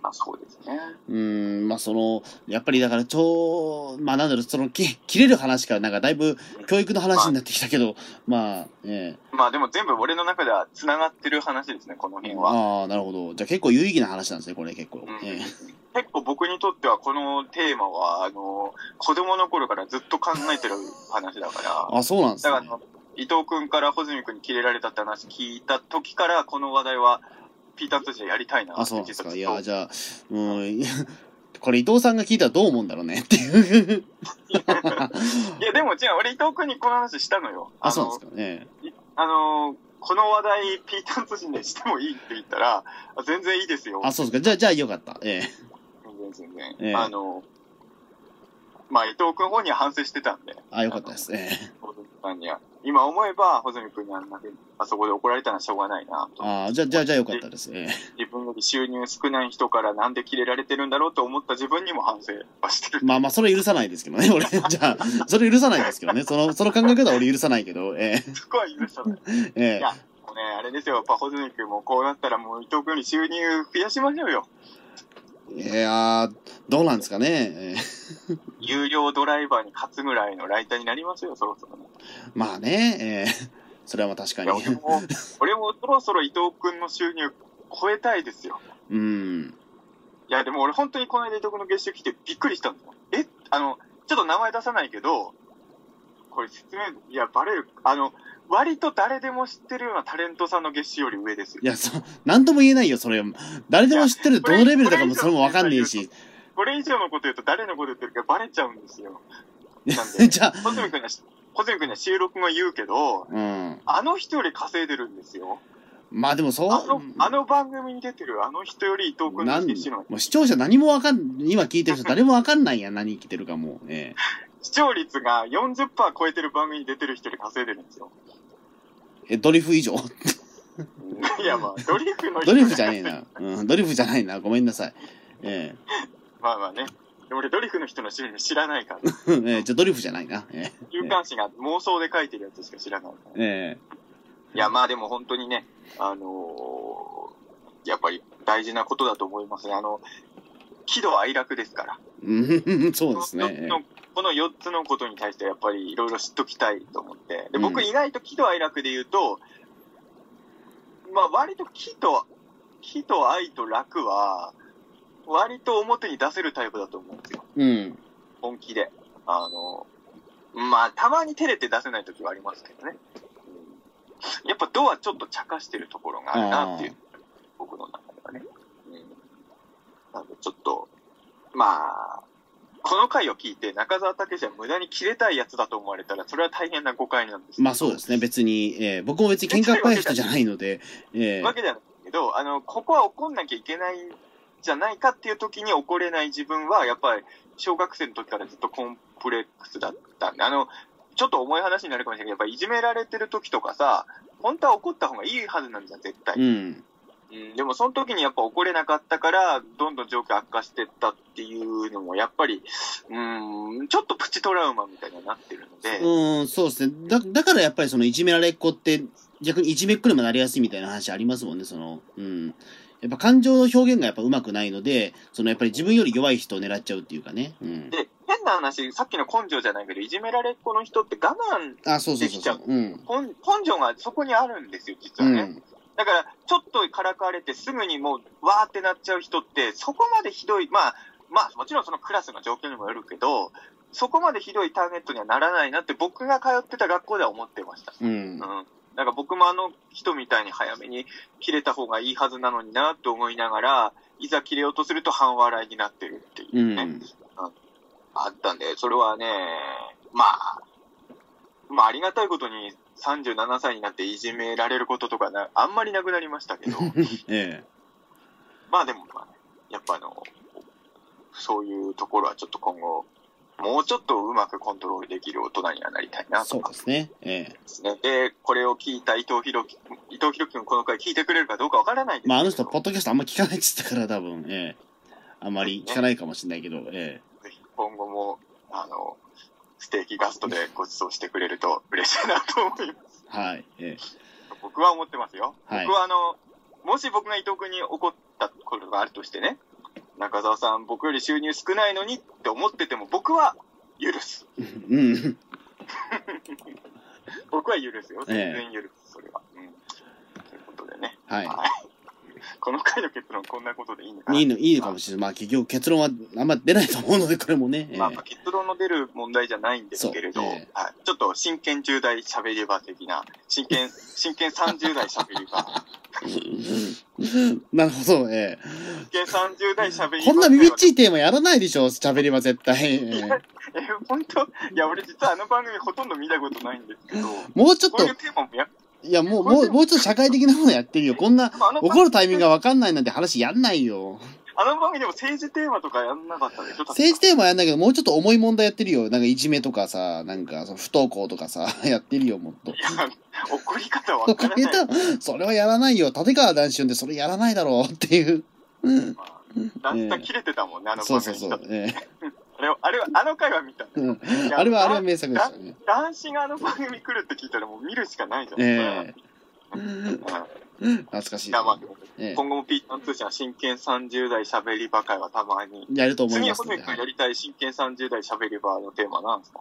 B: まあそうですね
A: うーん、まあその、やっぱりだから、超、まあなんだろう、その、き切れる話からなんかだいぶ教育の話になってきたけど、まあ、え
B: まあでも全部俺の中ではつながってる話ですねこの
A: え
B: 辺は
A: ああ、なるほど。じゃあ結構有意義な話なんですね、これ結構。
B: うん
A: ええ
B: 結構僕にとってはこのテーマはあの子供の頃からずっと考えてる話だから
A: あ、そうなんです
B: だ
A: ね
B: からあ。の伊藤君から穂積君にキレられたって話聞いた時からこの話題はピーター通じてやりたいな
A: あ、
B: っ
A: そうな
B: て
A: んです
B: 実は
A: か。
B: ず
A: い
B: っ
A: や、
B: と
A: じゃあ、うん、 これ伊藤さんが聞いたらどう思うんだろうねっていう。
B: いやでも違う俺伊藤君にこの話したのよ
A: あ、
B: の
A: そうなんですか。え
B: あのこの話題ピーター通信でしてもいいって言ったらあ全然いいですよ
A: え。あ、そうですか。じゃあ、じゃあよかった。ええ。
B: 全然全
A: ええ
B: 然あのまあ伊藤君本人は反省してたんで
A: あ、よかったです。ええ。
B: 穂積さんには今思えば穂積君にあんなあそこで怒られたのはしょうがないなと
A: あじゃあ、じゃあ、じゃあよかったです。ええ。
B: 自分より収入少ない人からなんでキレられてるんだろうと思った自分にも反省はしてる
A: まあまあ、それ許さないですけどね、俺。じゃあ、それ許さないですけどね。その、その考え方は俺許さないけど、え
B: そこは許さない
A: え、ええ
B: い。やもうねあれですよやっぱ穂積君もこうなったらもう伊藤君に収入増やしましょうよ
A: いやー、どうなんですかね。えー
B: 有料ドライバーに勝つぐらいのライターになりますよそろそろね
A: まあね、えーそれはまあ確か
B: いや俺
A: に。
B: も俺もそろそろ伊藤君の収入超えたいですよ
A: うん。
B: いや、でも俺本当にこの間伊藤君の月収来てびっくりしたんですよ。えあの、ちょっと名前出さないけど、これ説明、いや、バレる。あの、割と誰でも知ってるようなタレントさんの月収より上ですよ
A: い。や、そ、なんとも言えないよ、それ。誰でも知ってる、
B: いやこ
A: ど
B: れ
A: のレベルだかもそれもわかんねえし。
B: これ以上のこと言うと誰のこと言ってるかバレちゃうんですよ。なんで、
A: じゃあ、
B: 小泉君には、小泉君には収録も言うけど、
A: うん。
B: あの人より稼いでるんですよ。
A: まあでもそう、
B: あの、あの番組に出てるあの人より伊藤君
A: な
B: の
A: ん
B: 月収の方が
A: もう視聴者何もわかん、今聞いて る人誰もわかんないや、何聞いてるかもう。え
B: 視聴率が40%超えてる番組に出てる人より稼いでるんですよ。
A: ええ、ドリフ以上
B: いや、まあ、ドリフの人
A: ドリフじゃねえな。うん、ドリフじゃないな。ごめんなさい。え
B: まあまあね。でも俺ドリフの人の種類知らないから。
A: えええ、じゃあドリフじゃないな。え
B: 週刊誌が妄想で書いてるやつしか知らないから、
A: え、え
B: いや、まあでも本当にね、あのーやっぱり大事なことだと思いますね。あの、喜怒哀楽ですから。
A: えうん、そうですね。ええ
B: このこの4つのことに対してやっぱりいろいろ知っときたいと思って。で、
A: う
B: 僕
A: ん
B: 意外と喜怒哀楽で言うと、まあ割と喜と、喜と愛と楽は、割と表に出せるタイプだと思うんですよ。
A: うん。
B: 本気で。あの、まあ、たまに照れて出せない時はありますけどね。うんやっぱドアちょっと茶化してるところがあるなっていう、僕の中ではね。うん。なんでちょっと、まあ、この回を聞いて中澤武史は無駄に切れたいやつだと思われたら、それは大変な誤解なんですけど
A: まあそうですね、別に、えー僕も別に喧嘩っ早い人じゃないので、えー
B: わけじゃないけど、あの、ここは怒んなきゃいけないんじゃないかっていう時に怒れない自分は、やっぱり小学生の時からずっとコンプレックスだったんで、あの、ちょっと重い話になるかもしれないけど、やっぱいじめられてる時とかさ、本当は怒った方がいいはずなんじゃん、絶対。
A: うん、
B: うん、でもその時にやっぱ怒れなかったから、どんどん状況悪化してったっていうのも、やっぱり、うん、ちょっとプチトラウマみたいになってるので、
A: うん、そうですねだ、だからやっぱりそのいじめられっ子って、逆にいじめっ子にもなりやすいみたいな話ありますもんね、その、うん。やっぱ感情の表現がやっぱうまくないので、そのやっぱり自分より弱い人を狙っちゃうっていうかね。うん。
B: で、変な話、さっきの根性じゃないけど、いじめられっ子の人って我慢
A: あ、そうそう
B: で
A: そう
B: きちゃ
A: そうう。うん。
B: 根根性がそこにあるんですよ、実
A: う
B: はね。
A: ん。
B: だから、ちょっとからかわれて、すぐにもう、わーってなっちゃう人って、そこまでひどい、まあ、まあ、もちろんそのクラスの状況にもよるけど、そこまでひどいターゲットにはならないなって、僕が通ってた学校では思ってました。
A: うん
B: うん。なんか僕もあの人みたいに早めに切れた方がいいはずなのになって思いながら、いざ切れようとすると半笑いになってるっていうね。
A: うん
B: あったんで、それはね、まあ、まあありがたいことに37歳になっていじめられることとかな、あんまりなくなりまし たけど、
A: ええ。
B: まあでも、まあやっぱあの、そういうところはちょっと今後、もうちょっとうまくコントロールできる大人にはなりたいなと
A: そう
B: か
A: ですね。ええ。
B: ですね。で、これを聞いた伊藤博樹、伊藤博樹君この回聞いてくれるかどうかわからないですけど
A: まああの人、ポッドキャストあんま聞かないっつったから多分、ええ。あんまり聞かないかもしれないけど、ええ。
B: 今後も、あの、ステーキガストでご馳走してくれると嬉しいなと思います。
A: はい。ええ。
B: 僕は思ってますよ。
A: はい
B: 僕はあの、もし僕が伊藤君に怒ったことがあるとしてね、中澤さん、僕より収入少ないのにって思ってても、僕は許す。
A: うん。
B: 僕は許すよ。
A: ええ
B: 全然許す、それは。うん。ということでね、
A: はい。
B: この回の結論、こんなことでいいのかない
A: いの、いいのかもしれない。まあ結局結論はあんま出ないと思うので、これもね。ええ
B: まあ、まあ結論の出る問題じゃないんですけれど、
A: そうええ
B: はい、ちょっと真剣10代しゃべり場的な、真剣、真剣30代しゃべり場、
A: なるほど、ええ。
B: 真剣30代しゃべり場
A: こんなビビっちいテーマやらないでしょ、喋りは絶対。ええ
B: え、本当いや、俺実はあの番組ほとんど見たことないんですけど、
A: もうちょっ
B: こう
A: と
B: いう、テーマもやっ
A: いや、もう、もう、もうちょっと社会的なものやってるよ。こんな、
B: ぱあの番
A: 怒るタイミングがわかんないなんて話やんない よ。
B: あの番組でも政治テーマとかやんなかったでしょ
A: 政治テーマはやんないけど、もうちょっと重い問題やってるよ。なんかいじめとかさ、なんかその不登校とかさ、 やってるよ、もっと。
B: マいや、怒り方わ
A: と
B: か
A: から
B: ない
A: 言。ったら それはやらないよ。立川談春でそれやらないだろうっていう。
B: だんだん切れてたもんね、あの
A: そう
B: 番
A: そう
B: 組
A: そう。え
B: あれは、あれは、あの回は見た。
A: えうんあれはあれは名作でしたね。
B: 男子があの番組来るって聞いたらもう見るしかないじゃん。
A: ええ
B: うん
A: 懐かしい
B: いや、まあ
A: な。、ええ
B: 今後もピーターン通信は真剣30代しゃべり場会はたまに。
A: やると思い
B: 次
A: ま
B: は
A: す
B: 小
A: ので
B: 泉君やりたい真剣30代しゃべり場のテーマなんですか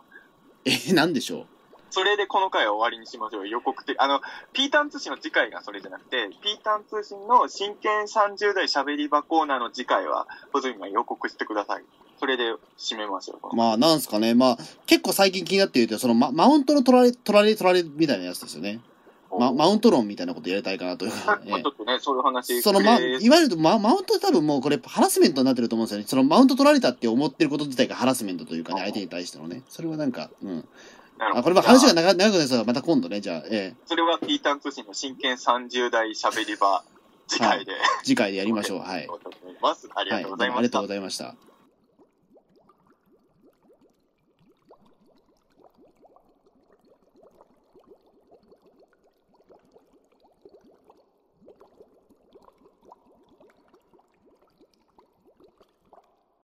A: え、なんでしょ
B: それでこの回は終わりにしましょう。予告的。あの、ピーターン通信の次回がそれじゃなくて、ピーターン通信の真剣30代しゃべり場コーナーの次回は、小泉君が予告してください。それで締めましょう。
A: う。まあ、なんすかね。まあ、結構最近気になっていて、そのママウントの取られ、取られ、取られみたいなやつですよね。ま、マウント論みたいなことやりたいかなという
B: さ
A: か
B: っ、き
A: え
B: もちょっとね、そういう話
A: えその、ま、
B: くれ
A: いわゆるママウント多分もうこれハラスメントになってると思うんですよね。そのマウント取られたって思ってること自体がハラスメントというかね、
B: あ
A: 相手に対してのね。それはなんか、うん。
B: なるほど
A: あ、これは話が長長くなりそうだからまた今度ね、じゃあ、ええ
B: それはピーターン通信の真剣30代しゃべり場次回で、
A: 次回でやりましょう。はい。
B: と思います。あり
A: は
B: が
A: い、
B: と
A: どう
B: うご
A: も
B: ざい
A: あ
B: ま
A: りが
B: した
A: とうご。ざいました。